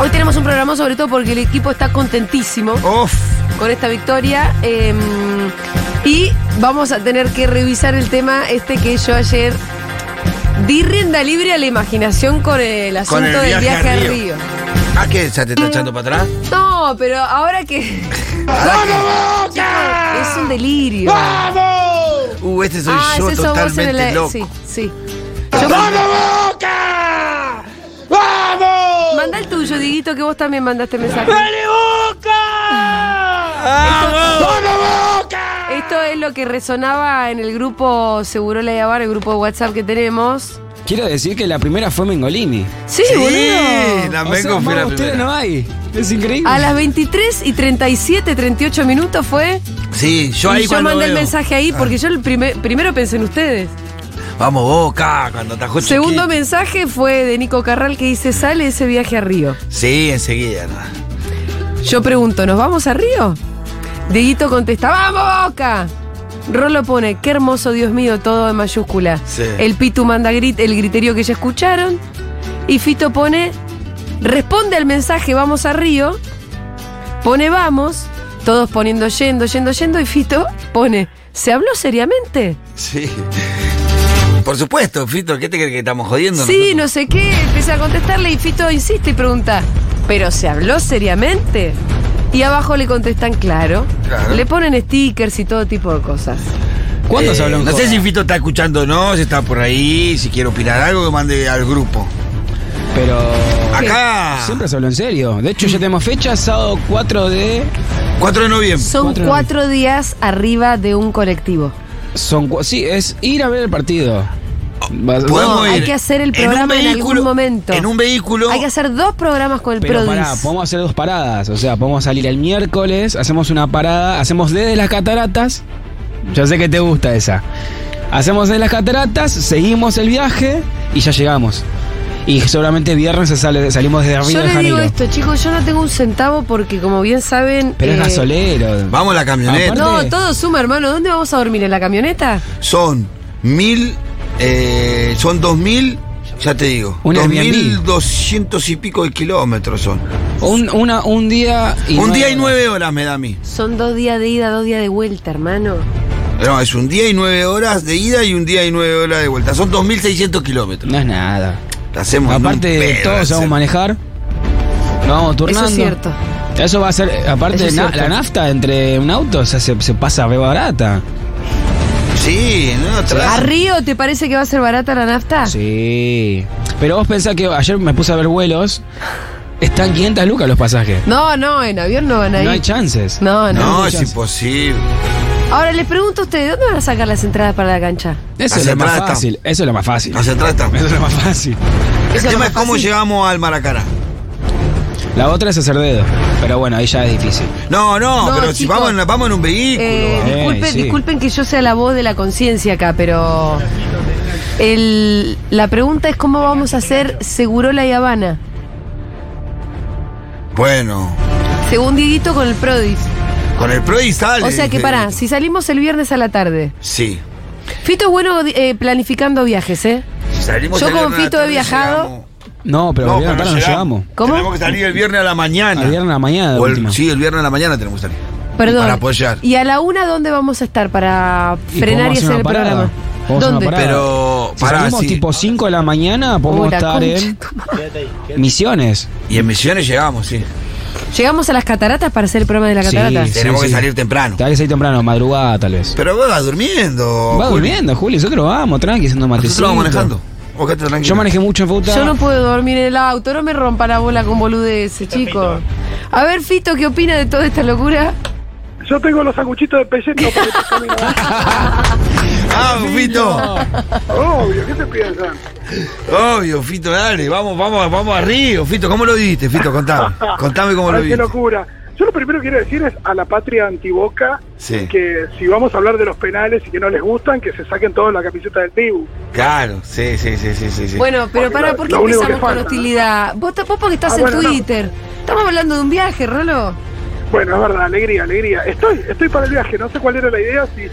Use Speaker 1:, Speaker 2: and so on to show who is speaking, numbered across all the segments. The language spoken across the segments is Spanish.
Speaker 1: Hoy tenemos un programa sobre todo porque el equipo está contentísimo
Speaker 2: Uf,
Speaker 1: con esta victoria. eh, y vamos a tener que revisar el tema este que yo ayer di rienda libre a la imaginación con el asunto
Speaker 2: Con el
Speaker 1: del
Speaker 2: viaje
Speaker 1: viaje
Speaker 2: a
Speaker 1: al
Speaker 2: Río.
Speaker 1: río.
Speaker 2: ¿a Ah, qué? ¿Ya te está echando para atrás?
Speaker 1: No, pero ahora que es un delirio.
Speaker 2: Uh, este soy
Speaker 1: ah,
Speaker 2: yo
Speaker 1: es eso vos en
Speaker 2: totalmente
Speaker 1: el...
Speaker 2: loco.
Speaker 1: Sí, sí. Yo- Manda el tuyo, Diguito, que vos también mandaste mensaje. Esto es lo que resonaba en el grupo Seguro La Yabar, el grupo de WhatsApp que tenemos.
Speaker 3: Quiero decir que la primera fue Mengolini.
Speaker 1: Sí,
Speaker 2: Sí,
Speaker 1: boludo.
Speaker 2: la
Speaker 3: O
Speaker 2: Mengo
Speaker 3: sea,
Speaker 2: fue la
Speaker 3: más ustedes
Speaker 2: primera.
Speaker 3: no hay. Es increíble.
Speaker 1: A las 23 y 37, 38 minutos fue.
Speaker 2: Sí, yo
Speaker 1: y
Speaker 2: ahí
Speaker 1: yo
Speaker 2: cuando
Speaker 1: mandé el
Speaker 2: veo, Ah.
Speaker 1: mensaje ahí porque yo el primer- primero pensé en ustedes.
Speaker 2: Vamos Boca, cuando atajó
Speaker 1: Segundo
Speaker 2: chiquito.
Speaker 1: mensaje fue de Nico Carral que dice: sale ese viaje a Río.
Speaker 2: Sí, enseguida. ¿no?
Speaker 1: Yo pregunto, ¿nos vamos a Río? Dieguito contesta, ¡vamos, Boca! Rolo pone, qué hermoso Dios mío, todo en mayúscula.
Speaker 2: Sí.
Speaker 1: El Pitu manda grit, el griterío que ya escucharon. Y Fito pone, responde al mensaje, vamos a Río. Pone, vamos. Todos poniendo, yendo, yendo, yendo. Y Fito pone, ¿se habló seriamente?
Speaker 2: Sí. Por supuesto, Fito, ¿qué te crees que estamos jodiendo?
Speaker 1: sí,
Speaker 2: nosotros?
Speaker 1: no sé qué. Empieza a contestarle y Fito insiste y pregunta, ¿pero se habló seriamente? Y abajo le contestan claro.
Speaker 2: Claro.
Speaker 1: Le ponen stickers y todo tipo de cosas.
Speaker 3: ¿Cuándo
Speaker 2: Eh,
Speaker 3: se habló en
Speaker 2: No sé
Speaker 3: joda?
Speaker 2: si Fito está escuchando o no, si está por ahí, si quiere opinar algo, que mande al grupo.
Speaker 3: Pero.
Speaker 2: Acá,
Speaker 3: Siempre se habló en serio. De hecho, ya tenemos fecha, sábado 4 de.
Speaker 2: 4 de noviembre.
Speaker 1: Son
Speaker 3: Cuatro
Speaker 1: cuatro, días arriba de un colectivo.
Speaker 3: Son cua- Sí, es ir a ver el partido. Va-
Speaker 2: Podemos
Speaker 1: hay que hacer el programa en algún momento.
Speaker 2: En un vehículo.
Speaker 1: Hay que hacer dos programas con el
Speaker 3: Pero
Speaker 1: Prodis.
Speaker 3: pará, podemos hacer dos paradas. O sea, podemos salir el miércoles, hacemos una parada, hacemos desde las cataratas. Yo sé que te gusta esa. Hacemos desde las cataratas, seguimos el viaje y ya llegamos. Y seguramente viernes se sale- salimos desde Río
Speaker 1: yo
Speaker 3: de
Speaker 1: les digo
Speaker 3: Janeiro.
Speaker 1: esto, chicos, yo no tengo un centavo porque, como bien saben...
Speaker 3: Pero
Speaker 1: eh,
Speaker 3: es gasolero.
Speaker 2: Vamos a la camioneta.
Speaker 1: No,
Speaker 3: Aparte-
Speaker 1: todo suma, hermano. ¿Dónde vamos a dormir? ¿En la camioneta?
Speaker 2: Son mil. eh, son dos mil. Ya te digo.
Speaker 3: Un
Speaker 2: dos
Speaker 3: Airbnb.
Speaker 2: mil doscientos y pico de kilómetros son.
Speaker 3: Un, una- un día y
Speaker 2: un
Speaker 3: nueve
Speaker 2: día y
Speaker 3: horas.
Speaker 2: nueve horas me da a mí.
Speaker 1: Son dos días de ida, dos días de vuelta, hermano.
Speaker 2: No, es un día y nueve horas de ida y un día y nueve horas de vuelta. Son 2.600 kilómetros.
Speaker 3: No es nada.
Speaker 2: La hacemos en un
Speaker 3: Aparte,
Speaker 2: pedo, la
Speaker 3: todos sabemos
Speaker 2: hacemos.
Speaker 3: manejar. Nos vamos turnando.
Speaker 1: Eso es cierto.
Speaker 3: Eso va a ser,
Speaker 1: Eso
Speaker 3: aparte,
Speaker 1: es
Speaker 3: na-
Speaker 1: cierto.
Speaker 3: la nafta entre un auto o sea, se, se pasa re barata.
Speaker 2: Sí, no,
Speaker 1: ¿A
Speaker 2: traes-
Speaker 1: Río te parece que va a ser barata la nafta?
Speaker 3: Sí. Pero vos pensás que ayer me puse a ver vuelos. Están 500 lucas los pasajes.
Speaker 1: No, no, en avión no van a ir.
Speaker 3: No hay chances.
Speaker 1: no, no.
Speaker 2: No, es
Speaker 3: Muchas.
Speaker 2: imposible.
Speaker 1: Ahora les pregunto a ustedes, ¿dónde van a sacar las entradas para la cancha?
Speaker 3: Eso es
Speaker 2: Hacia
Speaker 3: lo más
Speaker 2: atrás está.
Speaker 3: fácil. Eso es lo más fácil.
Speaker 2: No se trata.
Speaker 3: Eso es lo más fácil.
Speaker 2: El
Speaker 1: Eso es lo
Speaker 2: tema
Speaker 1: más
Speaker 2: es cómo
Speaker 1: fácil.
Speaker 2: llegamos al Maracaná.
Speaker 3: La otra es hacer dedo. Pero bueno, ahí ya es difícil.
Speaker 2: No, no,
Speaker 1: No,
Speaker 2: pero si
Speaker 1: chicos.
Speaker 2: vamos en, vamos en un vehículo.
Speaker 1: Eh,
Speaker 3: Eh,
Speaker 1: disculpen,
Speaker 3: sí.
Speaker 1: disculpen que yo sea la voz de la conciencia acá, pero el- la pregunta es cómo vamos a hacer Segurola y Habana,
Speaker 2: Bueno,
Speaker 1: según Dieguito con el Prodis.
Speaker 2: con el Pro y sale.
Speaker 1: O sea que
Speaker 2: dije.
Speaker 1: pará, si salimos el viernes a la tarde.
Speaker 2: Sí.
Speaker 1: Fito es bueno eh, planificando viajes, ¿eh?
Speaker 2: Si salimos
Speaker 1: Yo
Speaker 2: el
Speaker 1: con
Speaker 2: viernes a la
Speaker 1: Fito he
Speaker 2: tarde,
Speaker 1: viajado.
Speaker 2: llegamos.
Speaker 3: No, pero
Speaker 2: no,
Speaker 3: el viernes
Speaker 2: pero
Speaker 3: tarde no llegamos.
Speaker 1: ¿Cómo?
Speaker 2: Tenemos que salir el viernes a la mañana.
Speaker 3: El viernes a la mañana, de
Speaker 2: O el-
Speaker 3: última.
Speaker 2: sí, el viernes a la mañana tenemos que salir.
Speaker 1: Perdón.
Speaker 2: Para apoyar.
Speaker 1: ¿Y a la una dónde vamos a estar para
Speaker 3: Y
Speaker 1: frenar y
Speaker 3: podemos hacer
Speaker 1: hacer
Speaker 3: una
Speaker 1: el
Speaker 3: parada.
Speaker 1: programa?
Speaker 3: Podemos hacer una
Speaker 1: ¿Dónde?
Speaker 3: parada.
Speaker 2: Pero,
Speaker 3: Si
Speaker 2: pará,
Speaker 3: salimos
Speaker 2: sí.
Speaker 3: tipo 5 de la mañana, podemos
Speaker 1: Uy, la
Speaker 3: estar eh?
Speaker 1: concha
Speaker 3: en
Speaker 1: de tu madre.
Speaker 3: Misiones.
Speaker 2: Y en Misiones llegamos, sí.
Speaker 1: Llegamos a las cataratas para hacer el programa de la
Speaker 3: Sí.
Speaker 1: catarata.
Speaker 2: Tenemos
Speaker 3: sí.
Speaker 2: que salir temprano.
Speaker 3: Tal vez ahí temprano, madrugada tal vez.
Speaker 2: Pero vos vas durmiendo.
Speaker 3: Va
Speaker 2: Juli.
Speaker 3: durmiendo, Juli. Nosotros vamos, tranqui, haciendo matecito.
Speaker 2: Nosotros vamos manejando. Vos quedate tranquila.
Speaker 3: Yo manejé mucho en ruta.
Speaker 1: Yo no puedo dormir en el auto, no me rompa la bola con boludeces, chico. A ver, Fito, ¿qué opina de toda esta locura?
Speaker 4: Yo tengo los sanguchitos de pelleto por estos caminos.
Speaker 2: Ah, Fito.
Speaker 4: Obvio, ¿qué te piensan?
Speaker 2: Obvio, Fito, dale. Vamos, vamos, vamos a Río. Fito, ¿cómo lo viste, Fito? Contame. Contame cómo lo
Speaker 4: Ay, qué
Speaker 2: viste.
Speaker 4: locura. Yo lo primero que quiero decir es a la patria antiboca
Speaker 2: Sí.
Speaker 4: que si vamos a hablar de los penales y que no les gustan, que se saquen todos la camiseta del Dibu.
Speaker 2: Claro, sí, sí, sí, sí, sí. sí.
Speaker 1: Bueno, pero
Speaker 4: Porque
Speaker 1: para,
Speaker 4: lo-
Speaker 1: ¿por qué
Speaker 4: lo único
Speaker 1: empezamos
Speaker 4: que
Speaker 1: con
Speaker 4: falta,
Speaker 1: hostilidad? Vos, te- vos porque estás
Speaker 4: Ah,
Speaker 1: en
Speaker 4: bueno, no.
Speaker 1: Twitter. Estamos hablando de un viaje, Rolo.
Speaker 4: Bueno, es verdad, alegría, alegría. Estoy, estoy para el viaje, no sé cuál era la idea, si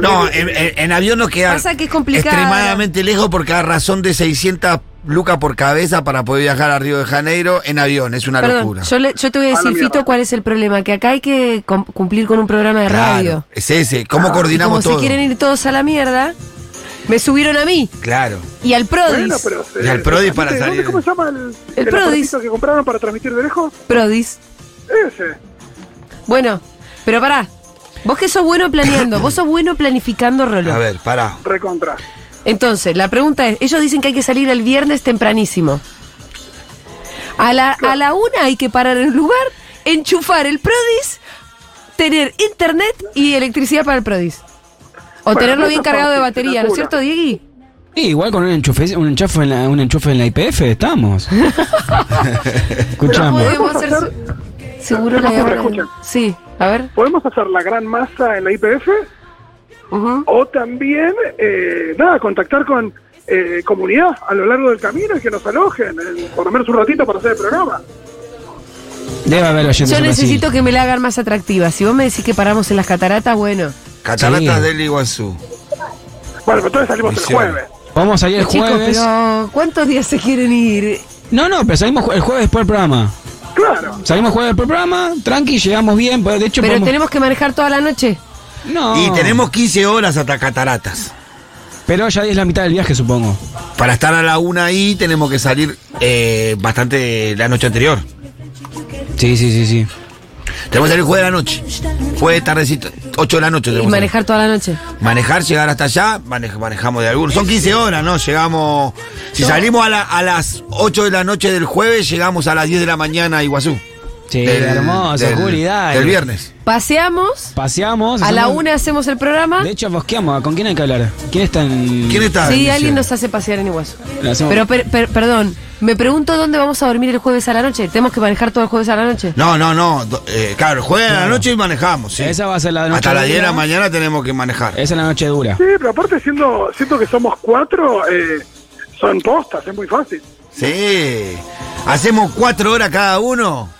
Speaker 2: No, en,
Speaker 4: también-
Speaker 2: en- en avión nos queda
Speaker 1: Pasa que es complicado.
Speaker 2: extremadamente lejos porque a razón de 600 lucas por cabeza para poder viajar a Río de Janeiro en avión. Es una
Speaker 1: Perdón,
Speaker 2: locura.
Speaker 1: yo, le- yo te voy a
Speaker 4: A la
Speaker 1: decir,
Speaker 4: mierda.
Speaker 1: Fito, cuál es el problema. Que acá hay que com- cumplir con un programa de
Speaker 2: Claro,
Speaker 1: radio.
Speaker 2: Es ese. ¿Cómo
Speaker 1: Ah, Y como
Speaker 2: coordinamos todo?
Speaker 1: se quieren ir todos a la mierda, me subieron a mí
Speaker 2: Claro.
Speaker 1: y al Prodis.
Speaker 4: Bueno, pero.
Speaker 2: Y al Prodis para
Speaker 4: ¿dónde-
Speaker 2: salir.
Speaker 4: ¿Cómo se llama el,
Speaker 1: El
Speaker 4: el
Speaker 1: Prodis.
Speaker 4: aparatito que compraron para transmitir de lejos?
Speaker 1: Prodis.
Speaker 4: Ese.
Speaker 1: Bueno, pero pará. Vos que sos bueno planeando, vos sos bueno planificando, Rolo.
Speaker 2: A ver, pará.
Speaker 4: Recontra.
Speaker 1: Entonces, la pregunta es, ellos dicen que hay que salir el viernes tempranísimo. A la, a la una hay que parar en un lugar, enchufar el Prodis, tener internet y electricidad para el Prodis. O
Speaker 4: Bueno,
Speaker 1: tenerlo
Speaker 4: eso
Speaker 1: bien
Speaker 4: es
Speaker 1: cargado de
Speaker 4: fácil,
Speaker 1: batería, ¿no es
Speaker 4: locura.
Speaker 1: cierto, Diegui?
Speaker 3: Sí, igual con un enchufe, un enchufe en la, un enchufe en la IPF estamos. Escuchame.
Speaker 1: Podemos
Speaker 4: ¿Podemos
Speaker 1: hacer
Speaker 4: hacer-
Speaker 1: su- seguro la
Speaker 4: ¿Podemos hacer-
Speaker 1: guerra.
Speaker 4: escuchen?
Speaker 1: Sí, a ver.
Speaker 4: Ah, Podemos hacer la gran masa en la IPF
Speaker 1: ujú.
Speaker 4: o también, eh, nada, contactar con eh, comunidad a lo largo del camino y que nos alojen, eh, por lo menos un ratito para hacer el programa.
Speaker 3: Debe haber oyentes
Speaker 1: Yo
Speaker 3: en Brasil.
Speaker 1: necesito que me la hagan más atractiva. Si vos me decís que paramos en las cataratas, bueno.
Speaker 2: Cataratas
Speaker 3: Sí.
Speaker 2: del Iguazú.
Speaker 4: Bueno, pero entonces salimos el
Speaker 2: Misiones.
Speaker 4: jueves.
Speaker 3: Vamos a salir el
Speaker 1: Chicos,
Speaker 3: jueves.
Speaker 1: pero ¿cuántos días se quieren ir?
Speaker 3: No, no, pero salimos jue- el jueves después del programa.
Speaker 4: Claro.
Speaker 3: Salimos jueves del programa, tranqui, llegamos bien, pero de hecho
Speaker 1: Pero
Speaker 3: podemos-
Speaker 1: tenemos que manejar toda la noche.
Speaker 3: No.
Speaker 2: Y tenemos 15 horas hasta Cataratas.
Speaker 3: Pero ya es la mitad del viaje, supongo.
Speaker 2: Para estar a la una ahí tenemos que salir eh, bastante la noche anterior.
Speaker 3: Sí, sí, sí, sí.
Speaker 2: Tenemos que salir jueves de la noche. Jueves tardecito, 8 de la noche.
Speaker 1: Y
Speaker 2: tenemos que salir.
Speaker 1: manejar toda la noche.
Speaker 2: Manejar, llegar hasta allá, mane- manejamos de algún. Son 15 horas, ¿no? Llegamos. Si salimos a, la- a las 8 de la noche del jueves, llegamos a las 10 de la mañana a Iguazú.
Speaker 3: Sí,
Speaker 2: Del-
Speaker 3: hermoso,
Speaker 2: del-
Speaker 3: Juli, dale.
Speaker 2: Del viernes.
Speaker 1: Paseamos,
Speaker 3: Paseamos.
Speaker 1: a la
Speaker 3: hacemos-
Speaker 1: una hacemos el programa.
Speaker 3: De hecho, bosqueamos. ¿Con quién hay que hablar? ¿Quién está en.?
Speaker 2: ¿Quién está?
Speaker 1: Sí,
Speaker 2: Alicia?
Speaker 1: alguien nos hace pasear en Iguazú.
Speaker 3: Le hacemos-
Speaker 1: Pero, per- per- perdón, me pregunto dónde vamos a dormir el jueves a la noche. ¿Tenemos que manejar todo el jueves a la noche?
Speaker 2: No, no, no. do- eh, claro, jueves a la
Speaker 3: Claro.
Speaker 2: noche y manejamos. sí.
Speaker 3: Esa va a ser la noche
Speaker 2: Hasta las 10 de la
Speaker 3: dura.
Speaker 2: mañana tenemos que manejar.
Speaker 3: Esa es la noche dura.
Speaker 4: Sí, pero aparte siendo, siento que somos cuatro, eh, son postas, es muy fácil,
Speaker 2: Sí. Hacemos cuatro horas cada uno.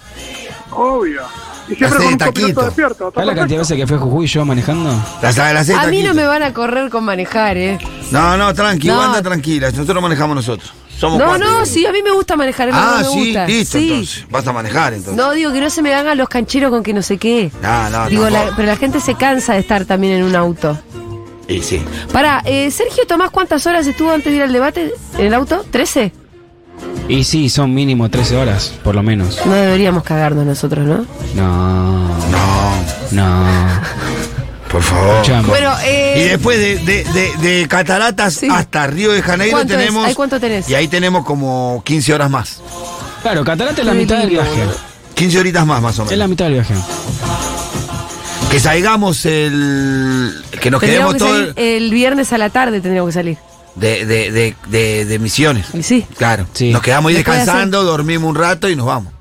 Speaker 4: obvio. Y
Speaker 2: Hace
Speaker 4: siempre con un
Speaker 2: taquito.
Speaker 4: copiloto despierto. está
Speaker 3: ¿Sabes la
Speaker 4: perfecto.
Speaker 3: cantidad de veces que fue Jujuy y yo manejando?
Speaker 2: Las, las
Speaker 1: A mí no me van a correr con manejar, ¿eh?
Speaker 2: No, no, tranqui,
Speaker 1: No.
Speaker 2: vos anda tranquila. Nosotros manejamos nosotros. Somos
Speaker 1: No,
Speaker 2: cuatro.
Speaker 1: no, sí, a mí me gusta manejar. es lo que
Speaker 2: Ah,
Speaker 1: más me
Speaker 2: sí,
Speaker 1: gusta.
Speaker 2: listo,
Speaker 1: Sí.
Speaker 2: entonces. Vas a manejar, entonces.
Speaker 1: No, digo que no se me hagan los cancheros con que no sé qué.
Speaker 2: No, no,
Speaker 1: Digo,
Speaker 2: Ah, no,
Speaker 1: la-
Speaker 2: no.
Speaker 1: pero la gente se cansa de estar también en un auto.
Speaker 2: Y sí.
Speaker 1: Pará, eh, Sergio Tomás, ¿cuántas horas estuvo antes de ir al debate en el auto? ¿13?
Speaker 3: Y sí, son mínimo 13 horas, por lo menos.
Speaker 1: No deberíamos cagarnos nosotros, ¿no?
Speaker 3: No.
Speaker 2: No,
Speaker 3: No.
Speaker 2: por favor.
Speaker 3: Escuchame.
Speaker 1: Bueno,
Speaker 2: Y
Speaker 1: eh,
Speaker 2: después de, de- de- de Cataratas
Speaker 1: Sí.
Speaker 2: hasta Río de Janeiro
Speaker 1: ¿Cuánto es?
Speaker 2: tenemos.
Speaker 1: ¿Ahí cuánto tenés?
Speaker 2: Y ahí tenemos como 15 horas más.
Speaker 3: Claro, Catarata es la mitad del viaje.
Speaker 2: 15 horitas más, más o
Speaker 3: Es la
Speaker 2: menos.
Speaker 3: mitad del viaje.
Speaker 2: Que salgamos el. Que nos quedemos
Speaker 1: tendríamos que
Speaker 2: todo.
Speaker 1: salir el viernes a la tarde tendríamos que salir.
Speaker 2: De, de, de, de- de misiones.
Speaker 1: Y sí.
Speaker 2: Claro.
Speaker 3: Sí.
Speaker 2: Nos quedamos ahí
Speaker 1: Después de
Speaker 2: descansando, dormimos un rato y nos vamos.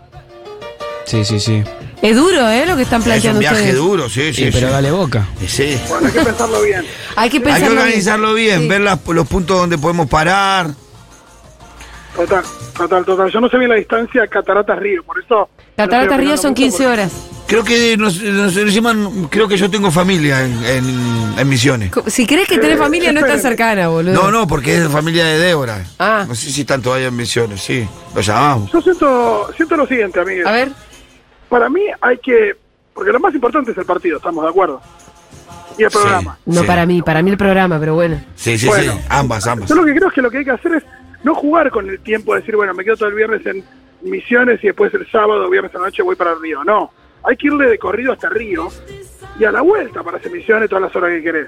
Speaker 3: Sí, sí, sí.
Speaker 1: Es duro, ¿eh? Lo que están
Speaker 2: Es un
Speaker 1: planteando
Speaker 2: viaje
Speaker 1: ustedes.
Speaker 2: duro, sí, sí.
Speaker 3: Sí, pero
Speaker 2: sí.
Speaker 3: dale boca.
Speaker 2: Y sí.
Speaker 4: Bueno, hay que pensarlo bien.
Speaker 1: Hay que
Speaker 2: Hay
Speaker 1: pensarlo
Speaker 2: que
Speaker 1: bien.
Speaker 2: organizarlo bien,
Speaker 1: Sí.
Speaker 2: ver las- los puntos donde podemos parar.
Speaker 4: Total, total, total. Yo no sé bien la distancia a Cataratas Río, por eso... no
Speaker 1: Cataratas Río
Speaker 4: estoy opinando
Speaker 1: son
Speaker 4: mucho
Speaker 1: 15
Speaker 4: porque-
Speaker 1: horas.
Speaker 2: Creo que nos, nos- encima, creo que yo tengo familia en, en- en Misiones.
Speaker 1: Co- Si crees que tenés familia, no es tan cercana, boludo.
Speaker 2: No, no, porque es de familia de Débora.
Speaker 1: Ah.
Speaker 2: No sé si están todavía en Misiones, sí. Lo llamamos.
Speaker 4: Yo siento, siento lo siguiente, amigo.
Speaker 1: A ver,
Speaker 4: Para mí hay que... Porque lo más importante es el partido, estamos de acuerdo. Y el programa.
Speaker 1: no
Speaker 2: Sí.
Speaker 1: para mí, para mí el programa, pero bueno.
Speaker 2: Sí, sí,
Speaker 4: Bueno.
Speaker 2: sí. Ambas, ambas.
Speaker 4: Yo lo que creo es que lo que hay que hacer es no jugar con el tiempo, decir, bueno, me quedo todo el viernes en Misiones y después el sábado, viernes a la noche voy para Río. No, hay que irle de corrido hasta Río y a la vuelta para hacer Misiones todas las horas que querés.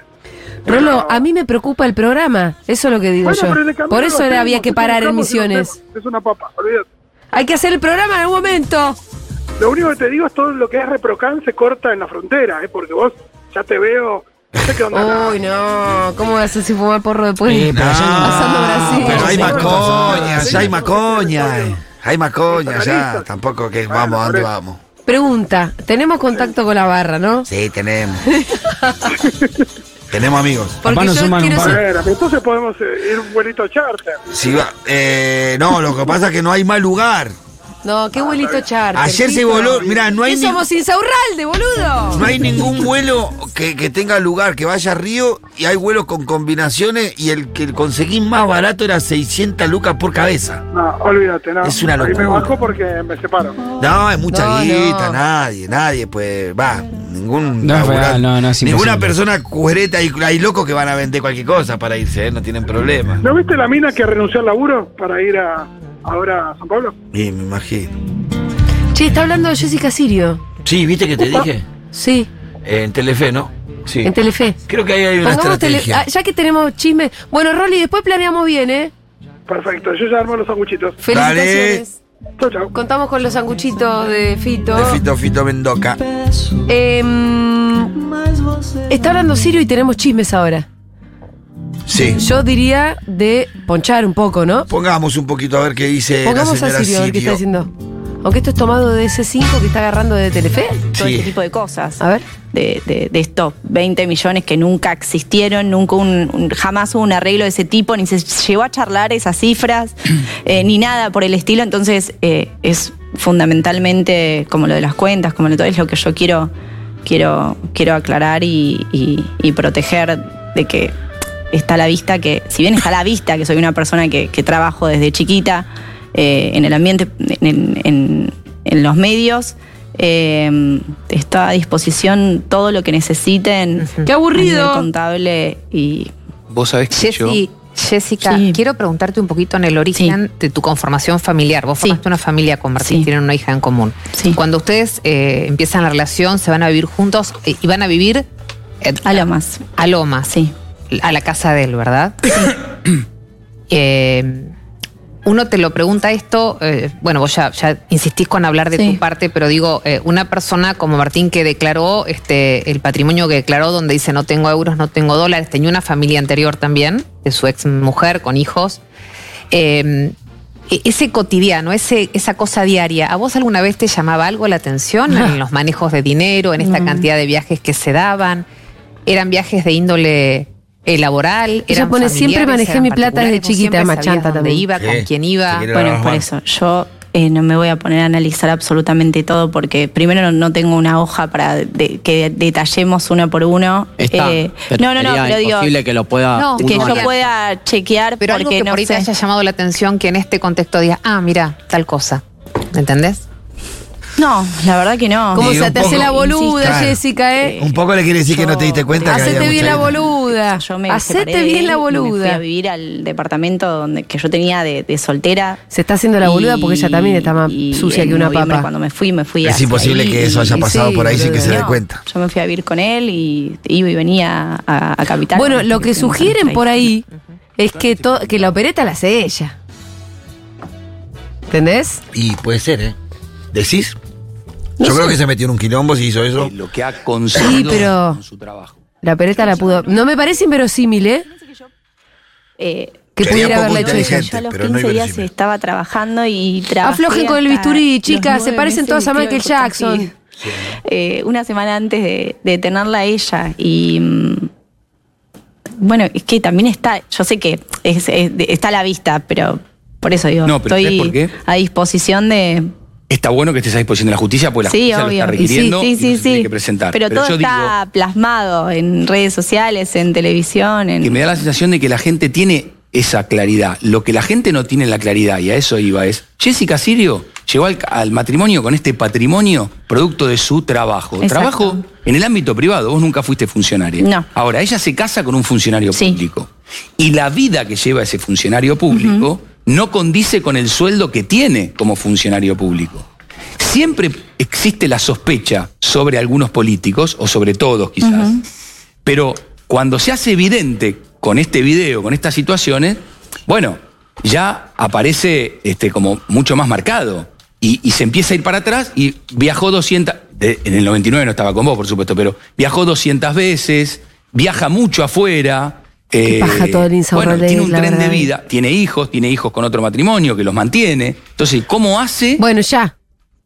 Speaker 1: Rolo,
Speaker 4: Pero-
Speaker 1: a mí me preocupa el programa, eso es lo que digo
Speaker 4: Bueno, pero en el
Speaker 1: yo.
Speaker 4: camino
Speaker 1: Por
Speaker 4: lo
Speaker 1: eso
Speaker 4: hacemos,
Speaker 1: había que
Speaker 4: nosotros
Speaker 1: parar en
Speaker 4: buscamos y lo
Speaker 1: misiones.
Speaker 4: hacemos. Es una papa, olvídate.
Speaker 1: Hay que hacer el programa en algún momento.
Speaker 4: Lo único que te digo es todo lo que es reprocan se corta en la frontera, ¿eh? porque vos ya te veo... No sé qué onda.
Speaker 1: Uy, no, ¿cómo vas a hacer fumar porro después?
Speaker 3: Eh, pero ya no-
Speaker 1: Pasando Brasil.
Speaker 2: pero hay
Speaker 3: Sí,
Speaker 2: macoña,
Speaker 3: sí.
Speaker 2: ya hay macoña. Hay macoña, ya.
Speaker 4: Nacionalistas.
Speaker 2: Tampoco que
Speaker 4: Bueno,
Speaker 2: vamos, ¿a dónde
Speaker 4: por eso.
Speaker 2: vamos?
Speaker 1: Pregunta, tenemos contacto con la barra, ¿no?
Speaker 2: Sí, tenemos. tenemos amigos.
Speaker 3: Papá, nos suman un
Speaker 1: quiero
Speaker 3: par.
Speaker 1: ser-
Speaker 4: Bueno, entonces podemos eh, ir un vuelito charter.
Speaker 2: Sí, va. Eh, no, lo que pasa es que no hay más lugar.
Speaker 1: No, qué vuelito charter.
Speaker 2: Ayer se
Speaker 1: Fito.
Speaker 2: voló, mirá, no hay
Speaker 1: ¿Qué
Speaker 2: ni-
Speaker 1: somos Insaurralde, boludo?
Speaker 2: No hay ningún vuelo que, que tenga lugar, que vaya a Río, y hay vuelos con combinaciones, y el que conseguí más barato era 600 lucas por cabeza.
Speaker 4: No, olvídate, no.
Speaker 2: Es una
Speaker 4: Ahí me
Speaker 2: locura.
Speaker 4: bajo porque me separo.
Speaker 2: No, es mucha
Speaker 1: No,
Speaker 2: guita,
Speaker 1: no.
Speaker 2: nadie, nadie, pues, va, ningún...
Speaker 3: No es
Speaker 2: laburar-
Speaker 3: real, no, no, es
Speaker 2: Ninguna
Speaker 3: imposible.
Speaker 2: persona cuereta, y hay locos que van a vender cualquier cosa para irse, ¿eh? no tienen problema.
Speaker 4: ¿No viste la mina que renunció al laburo para ir a, ahora a San Pablo?
Speaker 2: Y me imagino.
Speaker 1: Che, está hablando Jessica Sirio.
Speaker 2: Sí, ¿viste que te dije? Eh,
Speaker 1: Sí,
Speaker 2: en Telefe, ¿no? Sí.
Speaker 1: en Telefe.
Speaker 2: Creo que ahí hay una
Speaker 1: Pongamos tele-
Speaker 2: estrategia.
Speaker 1: ah, ya que tenemos chismes. Bueno, Rolly, después planeamos bien, ¿eh?
Speaker 4: Perfecto, yo ya armo los sanguchitos.
Speaker 1: Felicitaciones.
Speaker 4: Chau, chau.
Speaker 1: Contamos con los sanguchitos de Fito.
Speaker 2: De Fito Fito Mendoca.
Speaker 1: Em, está hablando Sirio y tenemos chismes ahora.
Speaker 2: Sí.
Speaker 1: Yo diría de ponchar un poco, ¿no?
Speaker 2: Pongamos un poquito a ver qué
Speaker 5: Eh,
Speaker 2: dice
Speaker 1: Pongamos
Speaker 2: la
Speaker 1: a
Speaker 2: señora
Speaker 1: Sirio, a ver qué está
Speaker 2: Sirio.
Speaker 1: diciendo. Aunque esto es tomado de ese 5 que está agarrando de Telefe.
Speaker 6: todo
Speaker 2: Sí.
Speaker 6: este tipo de cosas.
Speaker 1: A ver.
Speaker 6: De, de- de estos 20 millones que nunca existieron, nunca un, un- jamás hubo un arreglo de ese tipo, ni se llegó a charlar esas cifras, eh, ni nada por el estilo. Entonces, eh, es fundamentalmente como lo de las cuentas, como lo de todo, es lo que yo quiero, quiero, quiero aclarar y, y- y proteger de que está a la vista que, si bien está a la vista que soy una persona que, que trabajo desde chiquita eh, en el ambiente, en, en- en los medios, eh, está a disposición todo lo que necesiten.
Speaker 1: Qué
Speaker 6: a
Speaker 1: aburrido.
Speaker 6: nivel contable y
Speaker 5: Vos sabés que yo...
Speaker 7: Jessy, Jessica,
Speaker 6: Sí.
Speaker 7: quiero preguntarte un poquito en el origen de tu conformación familiar. Vos
Speaker 6: Sí.
Speaker 7: formaste una familia con Martín,
Speaker 6: Sí.
Speaker 7: tienen una hija en común.
Speaker 6: Sí.
Speaker 7: Cuando ustedes eh, empiezan la relación, se van a vivir juntos eh, y van a vivir eh,
Speaker 6: a lo más.
Speaker 7: a Loma,
Speaker 6: Sí.
Speaker 7: a la casa de él, ¿verdad? Eh, uno te lo pregunta esto, eh, bueno, vos ya, ya insistís con hablar de
Speaker 6: Sí.
Speaker 7: tu parte, pero digo, eh, una persona como Martín que declaró este, el patrimonio que declaró, donde dice no tengo euros, no tengo dólares, tenía una familia anterior también, de su ex mujer, con hijos. Eh, e- ese cotidiano, ese, esa cosa diaria, ¿a vos alguna vez te llamaba algo la atención en los manejos de dinero, en esta cantidad de viajes que se daban? ¿Eran viajes de índole eh, laboral?
Speaker 1: Ella
Speaker 7: ¿Eran
Speaker 1: pone,
Speaker 7: familiares?
Speaker 1: siempre manejé
Speaker 7: ¿Eran
Speaker 1: mi plata
Speaker 7: particulares?
Speaker 1: desde
Speaker 7: ¿Vos
Speaker 1: chiquita,
Speaker 7: siempre
Speaker 1: machanta
Speaker 7: sabías dónde
Speaker 1: también.
Speaker 7: iba,
Speaker 2: Sí,
Speaker 7: con quién
Speaker 2: se
Speaker 7: iba?
Speaker 2: quiere
Speaker 6: Bueno,
Speaker 2: Pero,
Speaker 6: por
Speaker 2: Juan.
Speaker 6: eso yo eh, no me voy a poner a analizar absolutamente todo porque primero no, no tengo una hoja para de- que detallemos uno por uno.
Speaker 5: Está,
Speaker 6: Eh,
Speaker 5: pero
Speaker 6: no, no, no,
Speaker 5: sería
Speaker 6: pero digo
Speaker 5: imposible que lo pueda...
Speaker 7: No,
Speaker 5: uno
Speaker 6: que yo
Speaker 5: analizar.
Speaker 6: pueda chequear
Speaker 7: Pero algo
Speaker 6: porque
Speaker 7: que
Speaker 6: no
Speaker 7: por ahí
Speaker 6: sé.
Speaker 7: te haya llamado la atención que en este contexto digas, ah, mira, tal cosa. ¿Me entendés?
Speaker 6: No, la verdad que no.
Speaker 1: Cómo
Speaker 2: Sí,
Speaker 1: se
Speaker 2: un
Speaker 1: te hace
Speaker 2: poco.
Speaker 1: la boluda,
Speaker 2: Claro.
Speaker 1: Jessica, ¿eh?
Speaker 2: Un poco le quiere decir que no te diste cuenta que
Speaker 1: Hacete
Speaker 2: había
Speaker 1: bien
Speaker 2: mucha
Speaker 1: la
Speaker 2: guita.
Speaker 1: boluda.
Speaker 6: Yo me separé
Speaker 1: Hacete
Speaker 6: de
Speaker 1: bien
Speaker 6: él
Speaker 1: la
Speaker 6: y Me fui a
Speaker 1: boluda.
Speaker 6: vivir al departamento donde, que yo tenía de, de soltera.
Speaker 1: Se está haciendo la boluda
Speaker 6: Y-
Speaker 1: porque ella también está más
Speaker 6: y
Speaker 1: sucia
Speaker 6: en
Speaker 1: que una
Speaker 6: noviembre
Speaker 1: papa.
Speaker 6: Cuando me fui, me fui
Speaker 2: Es
Speaker 6: hacia
Speaker 2: imposible
Speaker 6: ahí
Speaker 2: que eso
Speaker 6: y-
Speaker 2: haya
Speaker 1: y
Speaker 2: pasado
Speaker 1: sí,
Speaker 2: por ahí sin que
Speaker 1: boludo.
Speaker 2: se dé
Speaker 6: No,
Speaker 2: cuenta.
Speaker 6: Yo me fui a vivir con él y iba y venía a, a Capital.
Speaker 1: Bueno, lo que sugieren por ahí es que, to- que la opereta la hace ella. ¿Entendés?
Speaker 2: Y puede ser, ¿eh? ¿Decís? Yo creo que se metió en un quilombo si hizo eso.
Speaker 5: de Lo que ha conseguido
Speaker 1: Sí, pero-
Speaker 5: con su trabajo.
Speaker 1: La opereta la pudo. No me parece inverosímil, ¿eh?
Speaker 6: Eh,
Speaker 1: Que
Speaker 2: Sería
Speaker 1: pudiera
Speaker 2: poco
Speaker 1: haberla hecho ella.
Speaker 2: inteligente.
Speaker 6: yo a los
Speaker 2: pero no
Speaker 6: 15 días
Speaker 2: inverosímil.
Speaker 6: estaba trabajando y trabajé
Speaker 1: Aflojen con el
Speaker 6: hasta
Speaker 1: bisturí,
Speaker 6: los
Speaker 1: chicas. Se
Speaker 6: nueve
Speaker 1: parecen
Speaker 6: meses
Speaker 1: todas a
Speaker 6: y tuve
Speaker 1: Michael
Speaker 6: que conseguir,
Speaker 1: Jackson.
Speaker 6: eh, una semana antes de, de tenerla a ella y... mm, Bueno, es que también está, yo sé que es- es- de- está a la vista, pero por eso digo,
Speaker 5: No, pero
Speaker 6: estoy
Speaker 5: ¿sabes por qué?
Speaker 6: a disposición de...
Speaker 5: Está bueno que estés a disposición de la justicia porque Pues la
Speaker 6: sí,
Speaker 5: justicia lo
Speaker 6: obvio.
Speaker 5: está requiriendo
Speaker 6: sí,
Speaker 5: y
Speaker 6: sí,
Speaker 5: no
Speaker 6: sí,
Speaker 5: se tiene
Speaker 6: sí.
Speaker 5: que presentar.
Speaker 6: Pero, todo
Speaker 5: yo
Speaker 6: está plasmado en redes sociales, en televisión, en...
Speaker 5: digo que me da la sensación de que la gente tiene esa claridad. Lo que la gente no tiene la claridad, y a eso iba, es Jessica Sirio llegó al, al matrimonio con este patrimonio producto de su trabajo.
Speaker 6: Exacto.
Speaker 5: Trabajo en el ámbito privado, vos nunca fuiste funcionaria.
Speaker 6: No.
Speaker 5: Ahora, ella se casa con un funcionario
Speaker 6: Sí.
Speaker 5: público. Y la vida que lleva ese funcionario público no condice con el sueldo que tiene como funcionario público. Siempre existe la sospecha sobre algunos políticos, o sobre todos quizás, pero cuando se hace evidente con este video, con estas situaciones, bueno, ya aparece este, como mucho más marcado. Y, y se empieza a ir para atrás y viajó 200... de- en el 99 no estaba con vos, por supuesto, pero viajó 200 veces, viaja mucho afuera.
Speaker 1: Qué paja todo el
Speaker 5: Eh, bueno,
Speaker 1: insaurralde,
Speaker 5: tiene un
Speaker 1: la
Speaker 5: tren
Speaker 1: verdad.
Speaker 5: de vida, tiene hijos, tiene hijos con otro matrimonio que los mantiene. Entonces, ¿cómo hace
Speaker 1: Bueno, ya.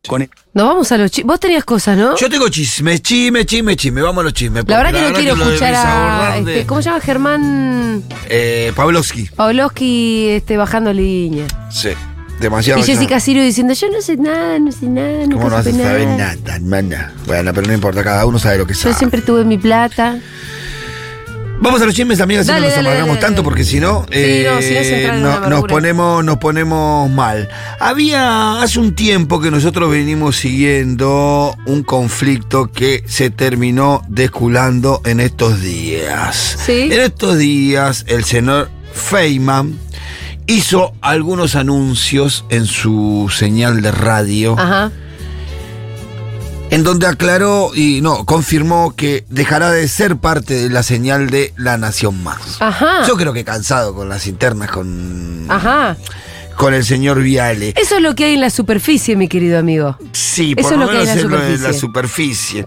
Speaker 5: con el-
Speaker 1: Nos vamos a los chismes. Vos tenías cosas, ¿no?
Speaker 2: Yo tengo chisme, chisme, chisme, chisme. Vamos a los chismes.
Speaker 1: la verdad
Speaker 2: porque
Speaker 1: que no quiero
Speaker 2: lo de
Speaker 1: escuchar
Speaker 2: Luisa
Speaker 1: a.
Speaker 2: Borrande-
Speaker 1: este, ¿Cómo se llama Germán
Speaker 2: Eh, Pavlovsky.
Speaker 1: Pavlovsky este, bajando línea?
Speaker 2: Sí. Demasiado.
Speaker 1: Y
Speaker 2: ya.
Speaker 1: Jessica Sirio diciendo, yo no sé nada, no sé nada,
Speaker 2: ¿Cómo
Speaker 1: nunca
Speaker 2: no vas a
Speaker 1: supe
Speaker 2: saber
Speaker 1: nada.
Speaker 2: nada, hermana? Bueno, pero no importa, cada uno sabe lo que
Speaker 1: Yo
Speaker 2: sabe.
Speaker 1: siempre tuve mi plata.
Speaker 2: Vamos a los chismes, amigas, si no
Speaker 1: Dale,
Speaker 2: nos
Speaker 1: dale,
Speaker 2: amargamos
Speaker 1: dale,
Speaker 2: tanto,
Speaker 1: dale.
Speaker 2: porque si no, eh,
Speaker 1: Sí, no, si no se entra en
Speaker 2: no-
Speaker 1: una
Speaker 2: nos,
Speaker 1: amargura.
Speaker 2: ponemos, nos ponemos mal. Había hace un tiempo que nosotros venimos siguiendo un conflicto que se terminó desculando en estos días.
Speaker 1: Sí.
Speaker 2: En estos días, el señor Feynman hizo algunos anuncios en su señal de radio
Speaker 1: Ajá.
Speaker 2: en donde aclaró y no, confirmó que dejará de ser parte de la señal de La Nación Más.
Speaker 1: Ajá.
Speaker 2: Yo creo que cansado con las internas con,
Speaker 1: Ajá.
Speaker 2: con el señor Viale.
Speaker 1: Eso es lo que hay en la superficie, mi querido amigo.
Speaker 2: Sí,
Speaker 1: Eso
Speaker 2: por
Speaker 1: es
Speaker 2: lo
Speaker 1: lo que hay
Speaker 2: menos
Speaker 1: en la
Speaker 2: es lo de la superficie.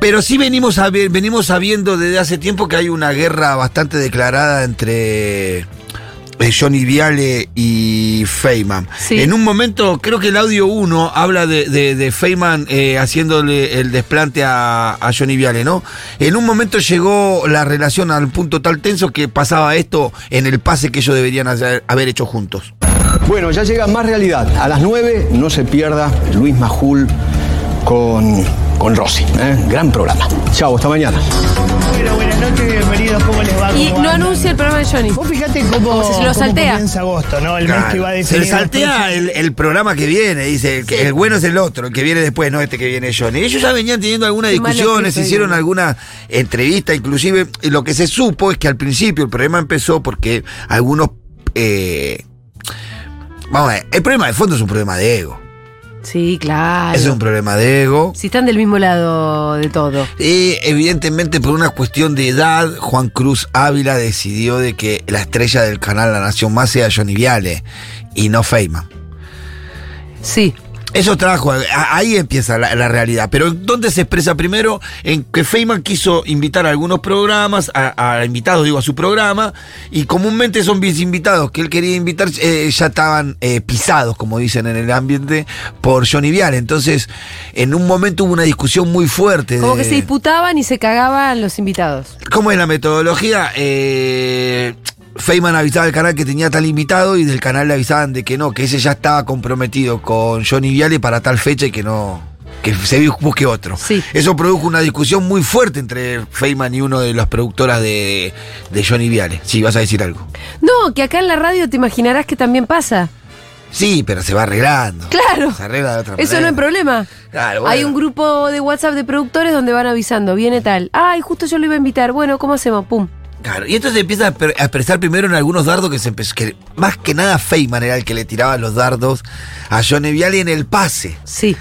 Speaker 2: Pero sí venimos, a ver- venimos sabiendo desde hace tiempo que hay una guerra bastante declarada entre eh, Johnny Viale y Feynman.
Speaker 1: Sí.
Speaker 2: En un momento, creo que el audio 1 habla de, de- de Feynman eh, haciéndole el desplante a, a Johnny Viale, ¿no? En un momento llegó la relación al punto tal tenso que pasaba esto en el pase que ellos deberían hacer- haber hecho juntos.
Speaker 8: Bueno, ya llega más realidad. A las 9 no se pierda Luis Majul con, con Rossi. ¿eh? Gran programa. Chao, hasta mañana.
Speaker 9: Bueno, buenas noches, bienvenidos, ¿cómo les va?
Speaker 1: Y
Speaker 9: ¿Cómo
Speaker 1: no
Speaker 9: andan?
Speaker 1: anuncia el programa de Johnny.
Speaker 9: Vos fíjate cómo,
Speaker 1: Como si se lo
Speaker 9: cómo
Speaker 1: saltea.
Speaker 9: comienza agosto, ¿no? El mes que va a
Speaker 2: Claro.
Speaker 9: definir...
Speaker 2: Se
Speaker 9: los
Speaker 2: saltea
Speaker 9: precios.
Speaker 2: el, el programa que viene, dice, el, que- el bueno es el otro, el que viene después, no este que viene Johnny. Ellos ya venían teniendo algunas
Speaker 1: Qué malo que
Speaker 2: discusiones,
Speaker 1: soy,
Speaker 2: hicieron
Speaker 1: Johnny.
Speaker 2: alguna entrevista, inclusive y lo que se supo es que al principio el problema empezó porque algunos... eh, vamos a ver, el problema de fondo es un problema de ego.
Speaker 1: Sí, claro.
Speaker 2: Es un problema de ego.
Speaker 1: Si están del mismo lado de todo.
Speaker 2: Y evidentemente por una cuestión de edad, Juan Cruz Ávila decidió de que la estrella del canal La Nación Más sea Johnny Viale y no Feynman.
Speaker 1: Sí.
Speaker 2: Eso trajo, a- ahí empieza la, la realidad. Pero ¿dónde se expresa primero? En que Feynman quiso invitar a algunos programas, a, a invitados, digo, a su programa, y comúnmente son mis invitados que él quería invitar, eh, ya estaban eh, pisados, como dicen en el ambiente, por Johnny Viale. Entonces, en un momento hubo una discusión muy fuerte.
Speaker 1: Como
Speaker 2: de-
Speaker 1: que se disputaban y se cagaban los invitados.
Speaker 2: ¿Cómo es la metodología? Eh, Feynman avisaba al canal que tenía tal invitado y del canal le avisaban de que no, que ese ya estaba comprometido con Johnny Viale para tal fecha y que no. Que se bu- busque otro.
Speaker 1: Sí.
Speaker 2: Eso produjo una discusión muy fuerte entre Feynman y uno de las productoras de, de Johnny Viale. Sí, vas a decir algo.
Speaker 1: No, que acá en la radio te imaginarás que también pasa.
Speaker 2: Sí, pero se va arreglando.
Speaker 1: Claro.
Speaker 2: Se arregla de otra
Speaker 1: Eso no
Speaker 2: manera.
Speaker 1: es problema.
Speaker 2: Claro, bueno.
Speaker 1: Hay un grupo de WhatsApp de productores donde van avisando, viene tal. Ay, justo yo lo iba a invitar. Bueno, ¿cómo hacemos? Pum.
Speaker 2: Claro, y esto se empieza a per- a expresar primero en algunos dardos que se empezó, que más que nada Feynman era el que le tiraba los dardos a Johnny Viale en el pase.
Speaker 1: Sí.